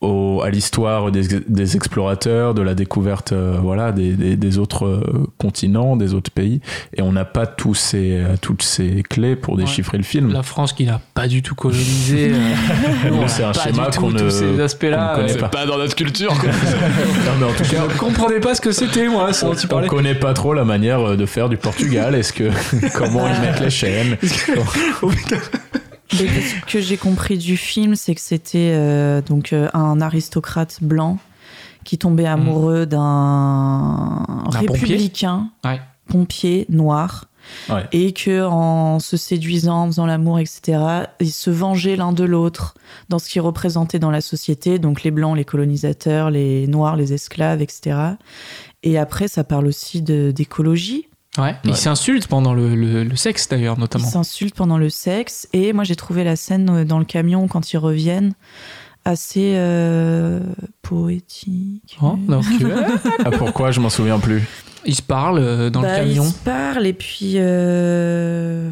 S3: au- à l'histoire des, des explorateurs, de la découverte euh, voilà des, des- des autres euh, continents, des autres pays. Et on n'a pas tous ces, euh, toutes ces clés pour déchiffrer le film.
S2: La France qui n'a pas du tout colonisé. euh,
S3: [laughs] Nous,
S2: on
S3: c'est
S2: a
S3: un
S2: pas
S3: schéma
S2: du tout
S3: qu'on ne-
S2: tous ces aspects-là.
S3: qu'on ne
S2: euh,
S3: connaît
S6: C'est
S3: pas.
S6: pas dans notre culture, quoi.
S3: Non, mais en tout cas,
S2: Je comprenais Euh, pas ce que c'était, moi, ce
S3: on
S2: dont tu parlais.
S3: ne connaît pas trop la manière euh, de faire du Portugal.
S2: [laughs]
S3: Est-ce que comment ils mettent les chaînes
S4: Mais ce que j'ai compris du film, c'est que c'était euh, donc euh, un aristocrate blanc qui tombait amoureux d'un
S2: D'un pompier.
S4: républicain
S2: Ouais.
S4: pompier noir.
S3: Ouais.
S4: Et que en se séduisant, en faisant l'amour, etc., ils se vengeaient l'un de l'autre dans ce qu'ils représentaient dans la société, donc les blancs, les colonisateurs, les noirs, les esclaves, etc. Et après, ça parle aussi de- d'écologie,
S2: Ouais. Ils s'insultent pendant le, le- le sexe d'ailleurs notamment.
S4: Ils s'insultent pendant le sexe. Et moi, j'ai trouvé la scène euh, dans le camion quand ils reviennent assez euh, poétique.
S2: Hein Donc,
S4: [laughs]
S2: euh,
S3: Ah, Pourquoi je m'en souviens plus.
S2: ils se parlent euh, dans
S4: Bah,
S2: le
S4: Ils
S2: camion.
S4: se parlent et puis. euh,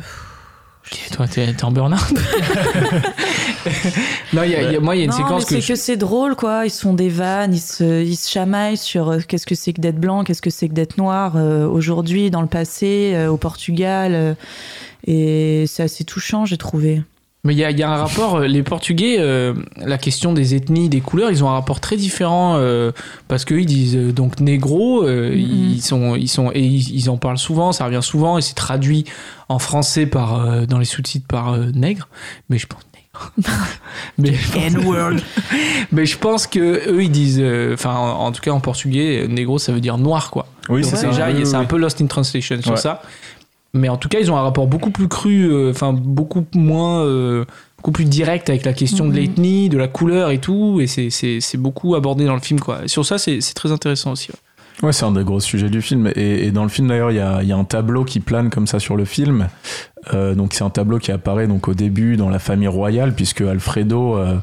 S2: Ok, Toi, t'es t'es en
S4: [laughs]
S2: burn-out. non, il y a- il y a- moi, il y a une
S4: non,
S2: séquence
S4: mais
S2: que.
S4: c'est que c'est drôle, quoi. Ils se font des vannes, ils se, ils se chamaillent sur euh, qu'est-ce que c'est que d'être blanc, qu'est-ce que c'est que d'être noir euh, aujourd'hui, dans le passé, euh, au Portugal. euh, et c'est assez touchant, j'ai trouvé.
S2: Mais il y a, il y a un rapport. euh, Les Portugais, euh, la question des ethnies, des couleurs, ils ont un rapport très différent euh, parce qu'eux, ils disent euh, donc négro. euh,
S4: Mhm.
S2: Ils sont, ils sont, et ils, ils en parlent souvent. Ça revient souvent et c'est traduit en français par euh, dans les sous-titres par euh, nègre. Mais je pense nègre. Mais je pense-
S4: N-word.
S2: [laughs] Mais je pense que eux ils disent, euh, enfin en, en tout cas en portugais, euh, negro ça veut dire noir quoi.
S5: Oui,
S2: Donc
S5: c'est ça.
S2: déjà
S5: Oui,
S2: il y a-
S5: oui,
S2: c'est un
S5: oui.
S2: peu lost in translation sur
S5: Ouais.
S2: ça. Mais en tout cas ils ont un rapport beaucoup plus cru, euh, enfin beaucoup moins, euh, beaucoup plus direct avec la question de
S4: Mhm.
S2: l'ethnie, de la couleur et tout. Et c'est- c'est c'est beaucoup abordé dans le film quoi. Et sur ça c'est c'est très intéressant aussi. ouais.
S3: Ouais, c'est un des gros sujets du film. Et, et dans le film, d'ailleurs, il y a, il y a un tableau qui plane comme ça sur le film. Euh, donc, c'est un tableau qui apparaît donc au début dans la famille royale, puisque Alfredo, euh,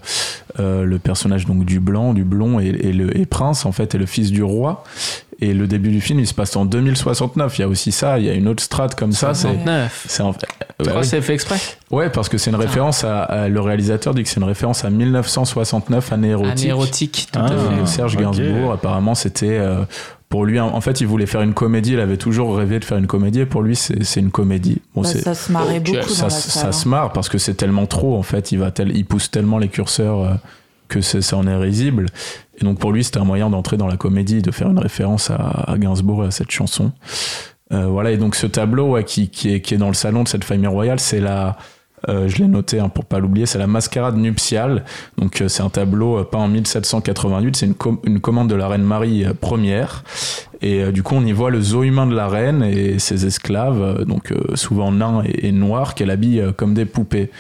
S3: euh, le personnage donc du blanc, du blond, et, et le et prince, en fait, est le fils du roi. Et le début du film, il se passe en 2069. Il y a aussi ça, il y a une autre strate comme ça. C'est.
S2: Neuf.
S3: C'est en fait.
S2: Tu
S3: bah
S2: crois
S3: oui.
S2: que c'est fait exprès
S3: Ouais, parce que c'est une référence à, à- Le réalisateur dit que c'est une référence à 1969, année
S2: Un
S3: érotique.
S2: érotique. tout à
S5: Ah.
S2: fait.
S3: Interviewé Hein, de Serge
S5: ok.
S3: Gainsbourg. Apparemment, c'était euh, pour lui. un- En fait, il voulait faire une comédie. Il avait toujours rêvé de faire une comédie. Et pour lui, c'est c'est une comédie. Bon,
S4: Bah,
S3: c'est-
S4: ça se marrait
S2: Ok,
S4: beaucoup dans
S3: ça,
S4: la
S3: se-
S4: salle,
S3: ça
S4: hein.
S3: se marre parce que c'est tellement trop. En fait, il va tel- il pousse tellement les curseurs. euh, que c'est- ça en est risible. Et donc pour lui, c'était un moyen d'entrer dans la comédie, de faire une référence à, à Gainsbourg et à cette chanson. Euh, voilà, et donc ce tableau ouais, qui, qui est, qui est dans le salon de cette famille royale, c'est la, euh, je l'ai noté hein, pour pas l'oublier, c'est la mascarade nuptiale. Donc euh, c'est un tableau euh, peint en 1788, c'est une, com- une commande de la reine Marie euh, première. Et euh, du coup on y voit le zoo humain de la reine et ses esclaves, euh, donc euh, souvent nains et, et noirs, qu'elle habille euh, comme des poupées.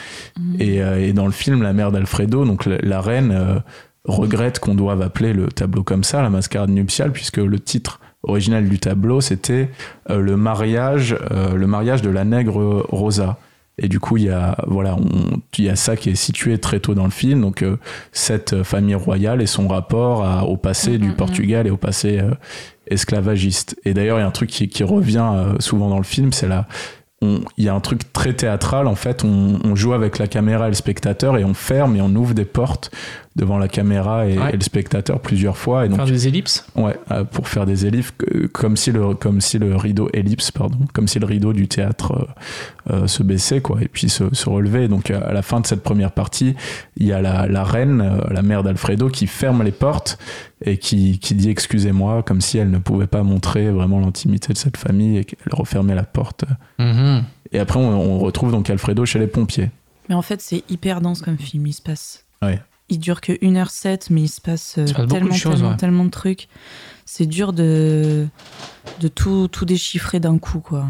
S3: Et, euh, et dans le film La mère d'Alfredo, donc la, la reine euh, regrette qu'on doive appeler le tableau comme ça, la mascarade nuptiale, puisque le titre original du tableau c'était euh, le mariage, euh, le mariage de la nègre Rosa. Et du coup, il y a voilà, on- il y a ça qui est situé très tôt dans le film. Donc euh, cette famille royale et son rapport à- au passé du Portugal et au passé euh, esclavagiste. Et d'ailleurs, il y a un truc qui, qui revient euh, souvent dans le film, c'est la on- il y a un truc très théâtral en fait on, on joue avec la caméra et le spectateur et on ferme et on ouvre des portes devant la caméra et,
S2: Ouais.
S3: et le spectateur plusieurs fois et donc
S2: Faire des ellipses.
S3: Ouais, euh, pour faire des ellipses, que- comme si le, comme si le rideau ellipse, pardon, comme si le rideau du théâtre euh, euh, se baissait, quoi, et puis se, se relevait. Donc, à- à la fin de cette première partie, il y a la, la reine, euh, la mère d'Alfredo, qui ferme les portes et qui, qui dit excusez-moi, comme si elle ne pouvait pas montrer vraiment l'intimité de cette famille et qu'elle refermait la porte.
S2: Mhm.
S3: Et après, on, on retrouve donc Alfredo chez les pompiers.
S4: Mais en fait, c'est hyper dense
S5: Mm.
S4: comme film, il se passe.
S3: Ouais.
S4: Il dure que 1h07, mais il se passe, euh,
S2: se passe beaucoup de
S4: tellement,
S2: choses,
S4: tellement,
S2: ouais.
S4: tellement de trucs. C'est dur de, de tout, tout déchiffrer d'un coup, quoi.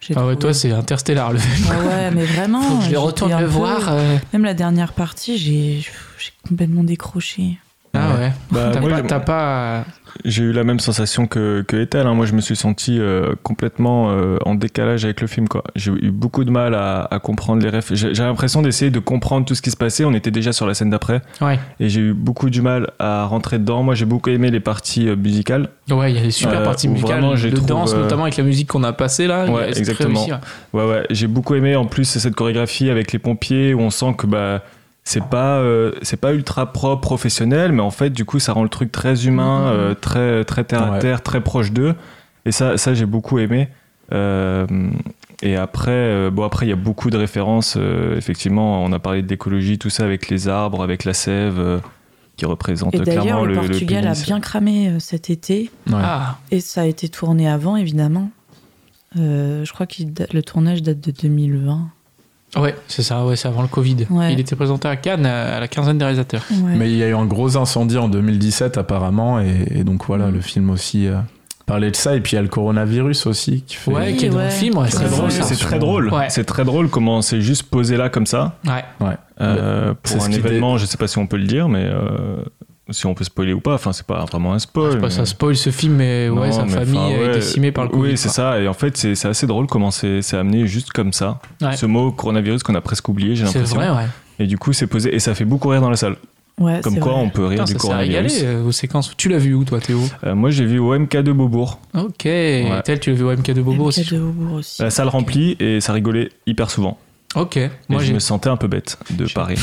S4: J'ai
S2: Ah ouais,
S4: trouvé.
S2: toi, c'est Interstellar le film.
S4: Ah ouais, mais vraiment.
S2: Faut que je les
S4: j'étais
S2: retourne
S4: un
S2: le
S4: peu-
S2: voir. euh.
S4: Même la dernière partie, j'ai j'ai complètement décroché.
S2: Ah ouais.
S5: Bah,
S2: T'as
S5: moi,
S2: pas-
S5: j'ai-
S2: t'as pas.
S5: J'ai eu la même sensation que, que Ethel. hein. Moi, je me suis senti euh, complètement euh, en décalage avec le film. quoi. J'ai eu beaucoup de mal à, à comprendre les refs. J'ai j'ai l'impression d'essayer de comprendre tout ce qui se passait. On était déjà sur la scène d'après.
S2: Ouais.
S5: Et j'ai eu beaucoup du mal à rentrer dedans. Moi, j'ai beaucoup aimé les parties euh, musicales.
S2: Ouais, il y a des super
S5: Euh,
S2: parties
S5: où
S2: musicales
S5: vraiment, je
S2: de
S5: trouve,
S2: danse,
S5: euh,
S2: notamment avec la musique qu'on a passée là.
S5: Ouais,
S2: C'est très
S5: exactement.
S2: réussi, ouais.
S5: Ouais, ouais. J'ai beaucoup aimé en plus cette chorégraphie avec les pompiers où on sent que bah, c'est pas, euh, c'est pas ultra propre, professionnel, mais en fait, du coup, ça rend le truc très humain, euh, très, très terre à
S3: Ouais.
S5: terre, très proche d'eux. Et ça, ça j'ai beaucoup aimé. Euh, et après, euh, bon, après, il y a beaucoup de références. euh, effectivement, on a parlé de l'écologie, tout ça avec les arbres, avec la sève. euh, qui représente
S4: Et
S5: clairement
S4: d'ailleurs, le,
S5: le, le
S4: Portugal a
S5: pénis.
S4: bien cramé euh, cet été.
S2: Ah,
S4: Et ça a été tourné avant, évidemment. Euh, je crois que le tournage date de 2020.
S2: ouais, c'est ça, ouais, c'est avant le Covid.
S4: Ouais.
S2: Il était présenté à Cannes à à la quinzaine des réalisateurs.
S4: Ouais.
S3: Mais il y a eu un gros incendie en 2017 apparemment, et, et donc voilà,
S4: Mm.
S3: le film aussi euh, parlait de ça, et puis il y a le coronavirus aussi qui fait...
S2: Ouais, qui est dans le
S4: ouais.
S2: film, ouais, c'est
S5: C'est
S4: Ouais.
S2: drôle
S5: drôle,
S2: ça.
S5: c'est très drôle.
S2: Ouais.
S5: C'est très drôle comment c'est juste posé là comme ça.
S2: Ouais.
S3: Ouais.
S5: Euh,
S3: Bah, C'est
S5: pour
S3: ce
S5: un
S3: qui
S5: événement, je sais pas si on peut le dire, mais euh, si on peut spoiler ou pas, enfin c'est pas vraiment un spoil.
S2: Ah, C'est pas
S5: mais-
S2: ça spoil ce film, mais ouais,
S5: Non,
S2: sa
S5: mais
S2: famille
S5: enfin,
S2: est
S5: ouais.
S2: décimée par le Covid.
S5: Oui, c'est
S2: quoi.
S5: ça. Et en fait, c'est c'est assez drôle comment c'est c'est amené juste comme ça.
S2: Ouais.
S5: Ce mot coronavirus qu'on a presque oublié, j'ai
S2: C'est
S5: l'impression.
S2: vrai, hein. ouais.
S5: Et du coup, c'est posé et ça fait beaucoup rire dans la salle.
S4: Ouais,
S5: Comme
S4: c'est
S5: quoi,
S4: vrai.
S5: on peut
S2: Putain,
S5: rire du
S2: ça s'est régalé
S5: coronavirus.
S2: euh, aux séquences. Tu l'as vu où, toi, Théo
S5: Euh, moi, j'ai vu au MK de Beaubourg,
S2: Ok. Tel, tu l'as vu au MK de Bobo
S4: MK
S2: aussi.
S4: de Beaubourg aussi.
S5: la salle remplie et ça rigolait hyper souvent.
S2: Ok.
S5: Et
S2: Moi,
S5: je
S2: j'ai
S5: me sentais un peu bête de
S2: J'ai-
S5: Paris.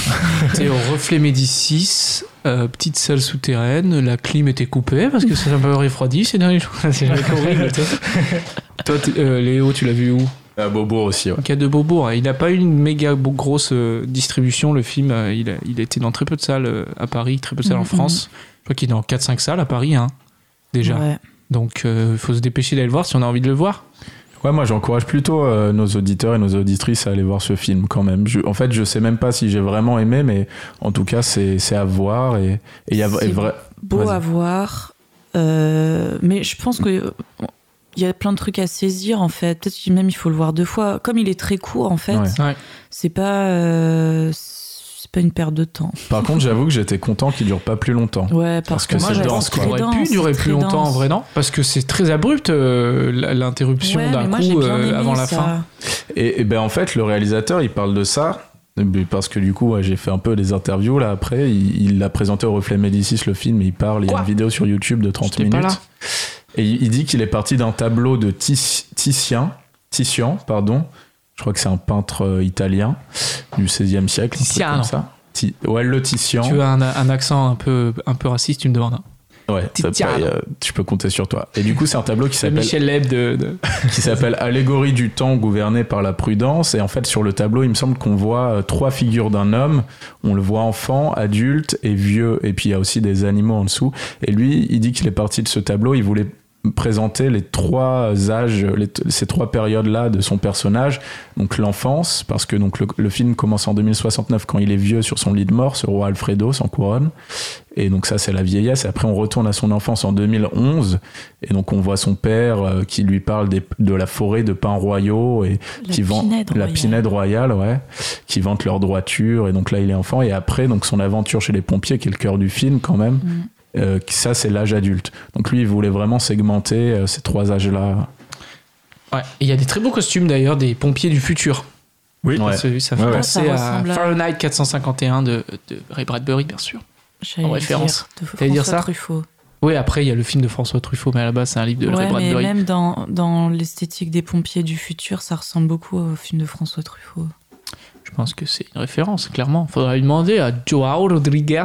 S2: C'était au Reflet Médicis, euh, petite salle souterraine, la clim était coupée parce que ça s'est un peu refroidi ces derniers jours. [laughs] C'est jamais horrible. tu sais.
S5: [laughs]
S2: Toi, t'es- euh, Léo, tu l'as vu où
S3: À Beaubourg aussi, ouais.
S2: Au cas de Beaubourg, hein. il n'a pas eu une méga bo- grosse euh, distribution, le film. euh, il, a, il a été dans très peu de salles euh, à Paris, très peu de salles en
S4: Mhm.
S2: France. Je crois qu'il est dans 4-5 salles à Paris, hein, déjà.
S4: Ouais.
S2: Donc, il faut se dépêcher d'aller le voir si on a envie de le voir.
S3: Ouais, moi j'encourage plutôt euh, nos auditeurs et nos auditrices à aller voir ce film quand même. Je- en fait, je sais même pas si j'ai vraiment aimé, mais en tout cas, c'est c'est à voir et et il y a
S4: C'est
S3: et vrai.
S4: Beau
S3: Vas-y.
S4: à voir. euh, mais je pense que euh, il y a plein de trucs à saisir en fait. Peut-être que même il faut le voir deux fois. Comme il est très court en fait,
S3: Ouais.
S2: Ouais.
S4: c'est pas euh, c'est pas une perte de temps.
S3: Par contre, j'avoue que j'étais content qu'il dure pas plus longtemps.
S4: Ouais,
S3: Parce
S4: parce
S3: que
S4: que
S3: c'est
S4: moi,
S3: dense,
S4: c'est
S3: quoi.
S2: Ça aurait
S4: très dense,
S2: pu
S4: c'est
S2: durer plus
S4: très
S2: longtemps en
S4: dense.
S2: vrai, non Parce que c'est très abrupt euh, l- l'interruption
S4: Ouais,
S2: d'un
S4: mais moi, j'ai
S2: coup
S4: bien
S2: euh,
S4: aimé
S2: avant la
S4: ça.
S2: fin.
S3: Et, et ben en fait, le réalisateur, il parle de ça mais parce que du coup, ouais, j'ai fait un peu des interviews là après. Il il l'a présenté au Reflet Médicis le film, et il parle. Il y a
S2: Quoi
S3: une vidéo sur YouTube de 30
S2: J'étais
S3: minutes.
S2: pas là.
S3: Et il il dit qu'il est parti d'un tableau de Tis- Titien, Titian, pardon. Je crois que c'est un peintre euh, italien du 16e siècle. un truc
S2: Titiano.
S3: Comme ça. Ti- ouais, le Titian.
S2: Tu as un, un accent un peu, un peu raciste, tu me demandes. hein.
S3: Ouais, ça,
S2: Titiano.
S3: pareil, euh, je peux compter sur toi. Et du coup, c'est un tableau qui
S2: C'est
S3: s'appelle
S2: Michel Leb de. de-
S3: qui s'appelle Allégorie du temps gouverné par la prudence. Et en fait, sur le tableau, il me semble qu'on voit euh, trois figures d'un homme. On le voit enfant, adulte et vieux. Et puis il y a aussi des animaux en dessous. Et lui, il dit qu'il est parti de ce tableau. Il voulait présenter les trois âges, les t- ces trois périodes-là de son personnage. Donc l'enfance, parce que donc le, le film commence en 2069 quand il est vieux sur son lit de mort, ce roi Alfredo sans couronne. Et donc ça, c'est la vieillesse. Après, on retourne à son enfance en 2011. Et donc, on voit son père euh, qui lui parle des- de la forêt de pins royaux et
S4: La
S3: qui vend
S4: pinède
S3: la
S4: royale.
S3: pinède royale, ouais, qui vante leur droiture. Et donc là, il est enfant. Et après, donc son aventure chez les pompiers, qui est le cœur du film quand même.
S4: Mm.
S3: euh, qui- ça, c'est l'âge adulte. Donc lui, il voulait vraiment segmenter euh, ces trois âges-là.
S2: Ouais. Et Il y a des très beaux costumes d'ailleurs des pompiers du futur.
S3: Oui,
S2: Ça, c'est- ça fait
S5: Ouais, ouais.
S2: penser
S4: Ça
S2: à
S4: ressemble à-
S2: Fahrenheit 451 de, de Ray Bradbury, bien sûr.
S4: J'allais
S2: En
S4: le
S2: référence.
S4: dire, de
S2: T'allais dire
S4: François
S2: ça
S4: Truffaut.
S2: Oui, après, il y a le film de François Truffaut, mais à la base, c'est un livre de Ray
S4: ouais, mais
S2: Bradbury.
S4: même dans, dans l'esthétique des pompiers du futur, ça ressemble beaucoup au film de François Truffaut.
S2: Je pense que c'est une référence, clairement. Faudra lui demander à Joao Rodriguez.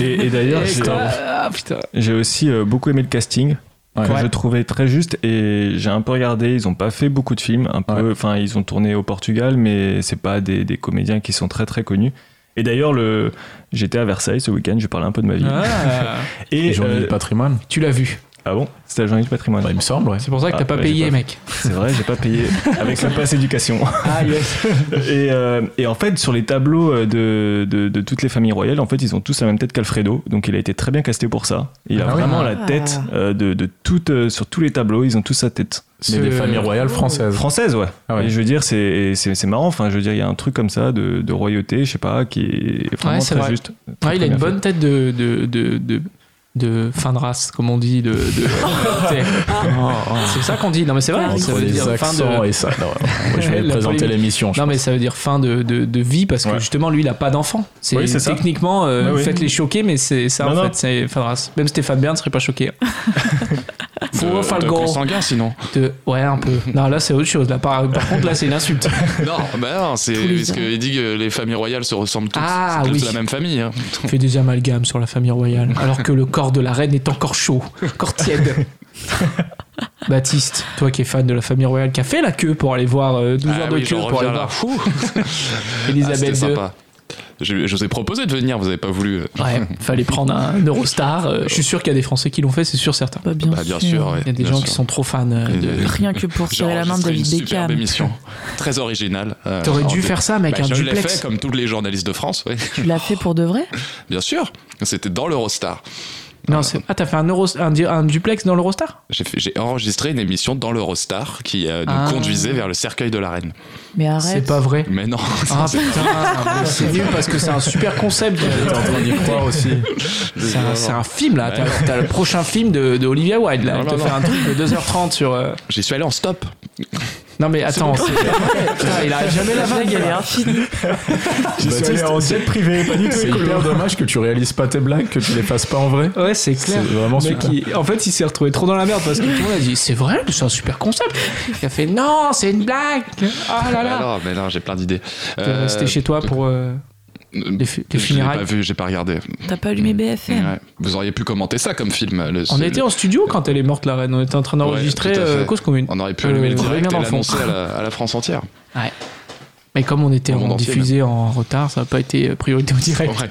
S5: Et, et d'ailleurs, j'ai-
S2: Ah, putain.
S5: j'ai aussi euh, beaucoup aimé le casting.
S3: Ouais.
S5: que je trouvais très juste et j'ai un peu regardé ils ont pas fait beaucoup de films un peu enfin ils ont tourné au Portugal mais c'est pas des, des comédiens qui sont très très connus et d'ailleurs le j'étais à Versailles ce week-end je parlais un peu de ma vie [laughs]
S2: Ah,
S3: Et
S5: et
S3: journée
S5: euh,
S3: du patrimoine.
S2: tu l'as vu.
S5: ah bon c'était la journée du patrimoine
S3: Bah, il me semble, ouais.
S2: C'est pour ça que
S5: Ah,
S2: t'as pas
S5: ouais,
S2: payé,
S5: j'ai pas
S2: mec.
S5: c'est vrai j'ai
S3: [laughs]
S5: pas payé avec le passe éducation
S2: Ah, yes.
S5: [laughs] et, euh, et en fait, sur les tableaux euh, de, de, de toutes les familles royales, en fait, ils ont tous la même tête qu'Alfredo. Donc, il a été très bien casté pour ça. Il a
S3: Ah oui.
S5: vraiment la
S4: Ah.
S5: tête euh, de, de toutes, euh, sur tous les tableaux, ils ont tous sa tête.
S3: Mais des familles royales françaises.
S5: Française, ouais.
S3: Ah ouais.
S5: Et je veux dire, c'est, et c'est, c'est marrant. Enfin, je veux dire, il y a un truc comme ça de, de royauté, je sais pas, qui est vraiment
S2: Ouais, c'est
S5: très
S2: vrai.
S5: juste. Très,
S2: Ouais, Ah, il
S5: très
S2: a une
S5: bien
S2: bonne tête de, de, de, de, de fin de race, comme on
S5: [laughs]
S2: dit. De, de- t'sais.
S5: Oh,
S2: c'est ça qu'on dit. Non, mais c'est vrai. Ça
S3: Entre
S2: veut
S3: les
S2: dire fin
S3: accents
S2: de.
S3: et ça. Non, moi, je vais
S2: La
S3: présenter
S2: polémique.
S3: l'émission. je
S2: Non, mais ça veut dire fin de, de, de vie parce que
S5: Ouais.
S2: justement, lui, il a pas d'enfant. C'est
S5: Oui, c'est ça.
S2: techniquement, euh,
S6: Bah
S5: Ouais, oui.
S2: faites-les choquer, mais c'est ça
S5: Non,
S2: en
S5: non.
S2: fait. C'est fin de race. Même Stéphane Bern serait pas choqué. hein. Faut faire le
S6: de
S2: goal.
S6: Euh, consanguin, sinon.
S2: De- Ouais, un peu. Non, là, c'est autre chose. Là, par, par contre, là, c'est une
S6: [laughs]
S2: insulte.
S6: Non, bah non, c'est
S4: Tous les
S6: parce qu'il dit que les familles royales se ressemblent toutes.
S2: Ah,
S6: c'est toutes
S2: oui.
S6: la même famille. hein.
S2: Fait des amalgames sur la famille royale, alors que le corps de la reine est encore chaud, encore tiède.
S6: [laughs]
S2: Baptiste, toi qui es fan de la famille royale, qui a fait la queue pour aller voir euh, 12
S6: Ah
S2: heures de
S6: oui,
S2: queue
S6: j'en
S2: pour aller voir
S6: reviens là. [laughs]
S2: fou.
S6: Ah, c'était
S2: Elisabeth II.
S6: sympa. Je, je vous ai proposé de venir, vous avez pas voulu.
S2: Ouais, fallait prendre un Eurostar. Euh, je suis sûr qu'il y a des Français qui l'ont fait, c'est sûr certain.
S4: Bah, bien,
S6: Bah, bien sûr, ouais,
S2: Il y a des
S6: bien
S2: gens
S6: sûr.
S2: qui sont trop fans euh,
S6: Et-
S2: de.
S4: Rien que pour
S6: J'ai
S4: serrer la main de
S6: enregistré
S4: David
S6: une superbe
S4: Beckham,
S6: émission, très originale. Euh,
S2: T'aurais
S6: en
S2: dû
S6: fait-
S2: faire ça, mec,
S6: Bah,
S2: un
S6: je l'ai fait
S2: duplex.
S6: comme tous les journalistes de France, oui,
S4: tu l'as fait pour de vrai
S6: bien sûr. C'était dans l'Eurostar.
S2: Non, c'est- ah, t'as fait un, Euros- un, di- un duplex dans l'Eurostar
S6: J'ai fait- j'ai enregistré une émission dans l'Eurostar qui euh, nous
S2: Ah.
S6: conduisait vers le cercueil de la reine.
S4: Mais arrête.
S2: C'est pas vrai.
S6: Mais non, [laughs]
S2: Ah putain, mais c'est nul parce que c'est un super [laughs] concept.
S3: T'es en train d'y croire [laughs] aussi.
S2: C'est un, c'est un film là, t'as t'as le prochain film de, de Olivia Wilde là,
S6: Non,
S2: elle te
S6: non,
S2: fait
S6: non.
S2: un truc de 2h30 sur. euh,
S6: j'y suis allé en stop.
S2: Non mais attends, c'est- Putain, il a jamais la
S4: vague, elle est
S2: vague.
S4: infinie.
S3: J'y suis allé en jet privé, pas du tout. C'est hyper dommage que tu réalises pas tes blagues, que tu les fasses pas en vrai.
S2: Ouais, c'est clair.
S3: C'est vraiment
S2: Le mec,
S3: super.
S2: il- En fait, il s'est retrouvé trop dans la merde parce que tout le monde a dit c'est vrai, c'est un super concept. Il a fait non, c'est une blague. Oh là là.
S6: Alors, mais non, j'ai plein d'idées.
S2: T'es
S6: Euh,
S2: resté chez toi pour euh,
S6: euh,
S2: les, fu- les
S6: Je l'ai pas
S2: funérailles.
S6: vu, j'ai pas regardé.
S4: T'as pas allumé BFM.
S6: Ouais. Vous auriez pu commenter ça comme film. le-
S2: On
S6: le-
S2: était en studio quand elle est morte, la reine. On était en train d'enregistrer
S6: tout à fait.
S2: euh, cause commune.
S6: On aurait pu
S2: Euh,
S6: allumer le
S2: on revient
S6: direct
S2: dans
S6: et
S2: le fond.
S6: l'annoncer à, la- à la France entière.
S2: Mais comme on était
S6: Au monde
S2: en
S6: entier,
S2: diffusé en retard, ça n'a pas été euh, priorité au direct.
S6: Ouais.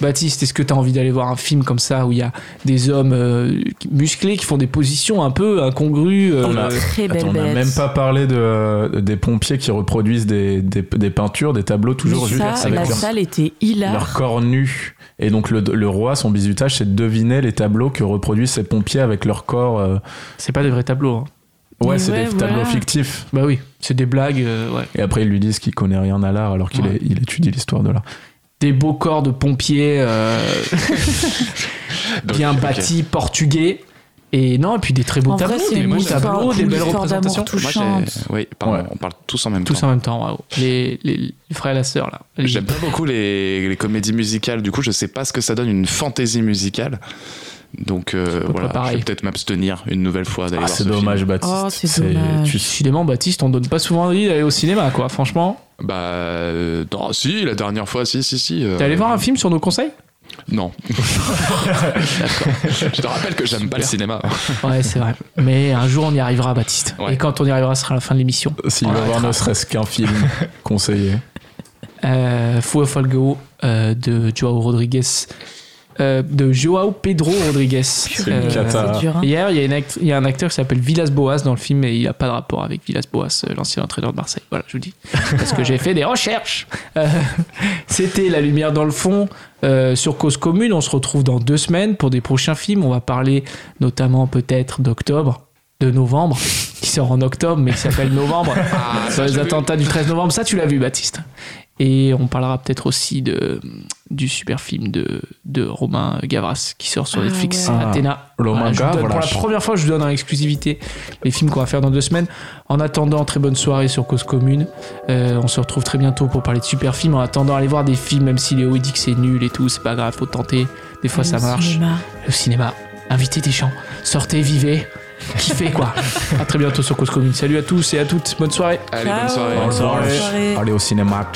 S2: Baptiste, est-ce que tu as envie d'aller voir un film comme ça où il y a des hommes euh, musclés qui font des positions un peu incongrues euh,
S3: On a-
S4: Très belle
S3: Attends, on n'a
S4: bête.
S3: même pas parlé de, euh, des pompiers qui reproduisent des, des, des peintures, des tableaux toujours
S4: Mais
S3: juste
S4: ça,
S3: avec
S4: la
S3: leur,
S4: salle était
S3: leur
S4: hilar.
S3: corps nu. Et donc le, le roi, son bisutage, c'est de deviner les tableaux que reproduisent ces pompiers avec leur corps. euh,
S2: C'est pas des vrais tableaux. hein.
S3: Ouais,
S4: Mais
S3: c'est
S4: ouais,
S3: des
S4: voilà.
S3: tableaux fictifs.
S2: Bah oui, c'est des blagues. euh, ouais.
S3: Et après, ils lui disent qu'il connaît rien à l'art alors qu'il
S2: Ouais.
S3: est- il étudie l'histoire de l'art.
S2: Des beaux corps de pompiers euh,
S6: Donc,
S2: bien
S6: [laughs] ok.
S2: bâtis, portugais. Et non, et puis des très beaux
S4: En vrai,
S2: tableaux,
S4: c'est
S2: des
S4: une
S2: beaux
S4: histoire-
S2: tableaux, des
S4: une
S2: belles
S4: histoire d'amour
S2: représentations.
S4: tout-
S6: Moi, j'ai-
S4: touchante.
S6: Oui, pardon,
S3: Ouais.
S6: on parle tous en même
S2: Tous
S6: temps.
S2: en même temps, waouh. Les, les, les frères et la sœur, là. Les-
S6: J'aime [laughs] pas beaucoup les, les comédies musicales, du coup, je sais pas ce que ça donne une fantaisie musicale. Donc euh,
S2: pas
S6: voilà, je
S2: pareil.
S6: vais peut-être m'abstenir une nouvelle fois d'aller
S3: Ah,
S6: voir
S3: c'est
S6: ce
S3: dommage, Baptiste.
S4: Oh, c'est
S3: C'est-
S4: dommage.
S3: tu-
S2: Décidément, Baptiste, on donne pas souvent envie d'aller au cinéma, quoi. Franchement,
S6: film. Bah euh, non, si, la dernière fois, si, si, si. euh,
S2: t'es allé voir un film sur nos conseils
S6: [laughs] Non. Je te rappelle que j'aime pas le cinéma.
S2: Ouais, c'est vrai. Mais un jour, on y arrivera, Baptiste.
S6: Ouais.
S2: Et quand on y arrivera, ce sera la fin de l'émission.
S3: S'il
S2: On
S3: veut voir
S2: arrêtera.
S3: ne serait-ce qu'un film conseillé.
S2: Euh, Fue Folgo euh, de Joao Rodriguez. Euh, de Joao Pedro Rodriguez.
S3: une
S2: Euh,
S3: cata.
S4: C'est dur. hein.
S2: Hier, il y, a une act- il y a un acteur qui s'appelle Villas Boas dans le film et il n'a pas de rapport avec Villas Boas, euh, l'ancien entraîneur de Marseille. Voilà, je
S4: [laughs]
S2: vous dis. Parce que j'ai fait des recherches. Euh, C'était La lumière dans le fond euh, sur Cause Commune. On se retrouve dans deux semaines pour des prochains films. On va parler notamment peut-être d'octobre, de novembre, qui sort en octobre mais qui s'appelle
S4: [laughs]
S2: Novembre.
S6: Ah,
S2: sur
S6: ça,
S2: les
S6: j'ai vu.
S2: attentats du 13 novembre. Ça, tu l'as vu, Baptiste. Et on parlera peut-être aussi de, du super film de, de Romain Gavras qui sort sur
S4: Ah,
S2: Netflix,
S4: ouais.
S3: Ah,
S2: Athéna.
S3: Romain
S2: je vous donne- Pour la
S3: Gavras.
S2: première fois, je vous donne en exclusivité les films qu'on va faire dans deux semaines. En attendant, très bonne soirée sur Cause Commune. Euh, on se retrouve très bientôt pour parler de super films. En attendant, allez voir des films, même si Léo il dit que c'est nul et tout, c'est pas grave, faut tenter. Des fois, ça
S4: Le
S2: marche.
S4: cinéma.
S2: Le cinéma, invitez des gens, sortez, vivez, kiffez quoi. à très bientôt sur Cause Commune. Salut à tous et à toutes, bonne soirée.
S6: Allez, bonne
S4: Ciao.
S6: soirée.
S4: Bonne
S3: Allez
S4: soirée.
S3: au cinéma.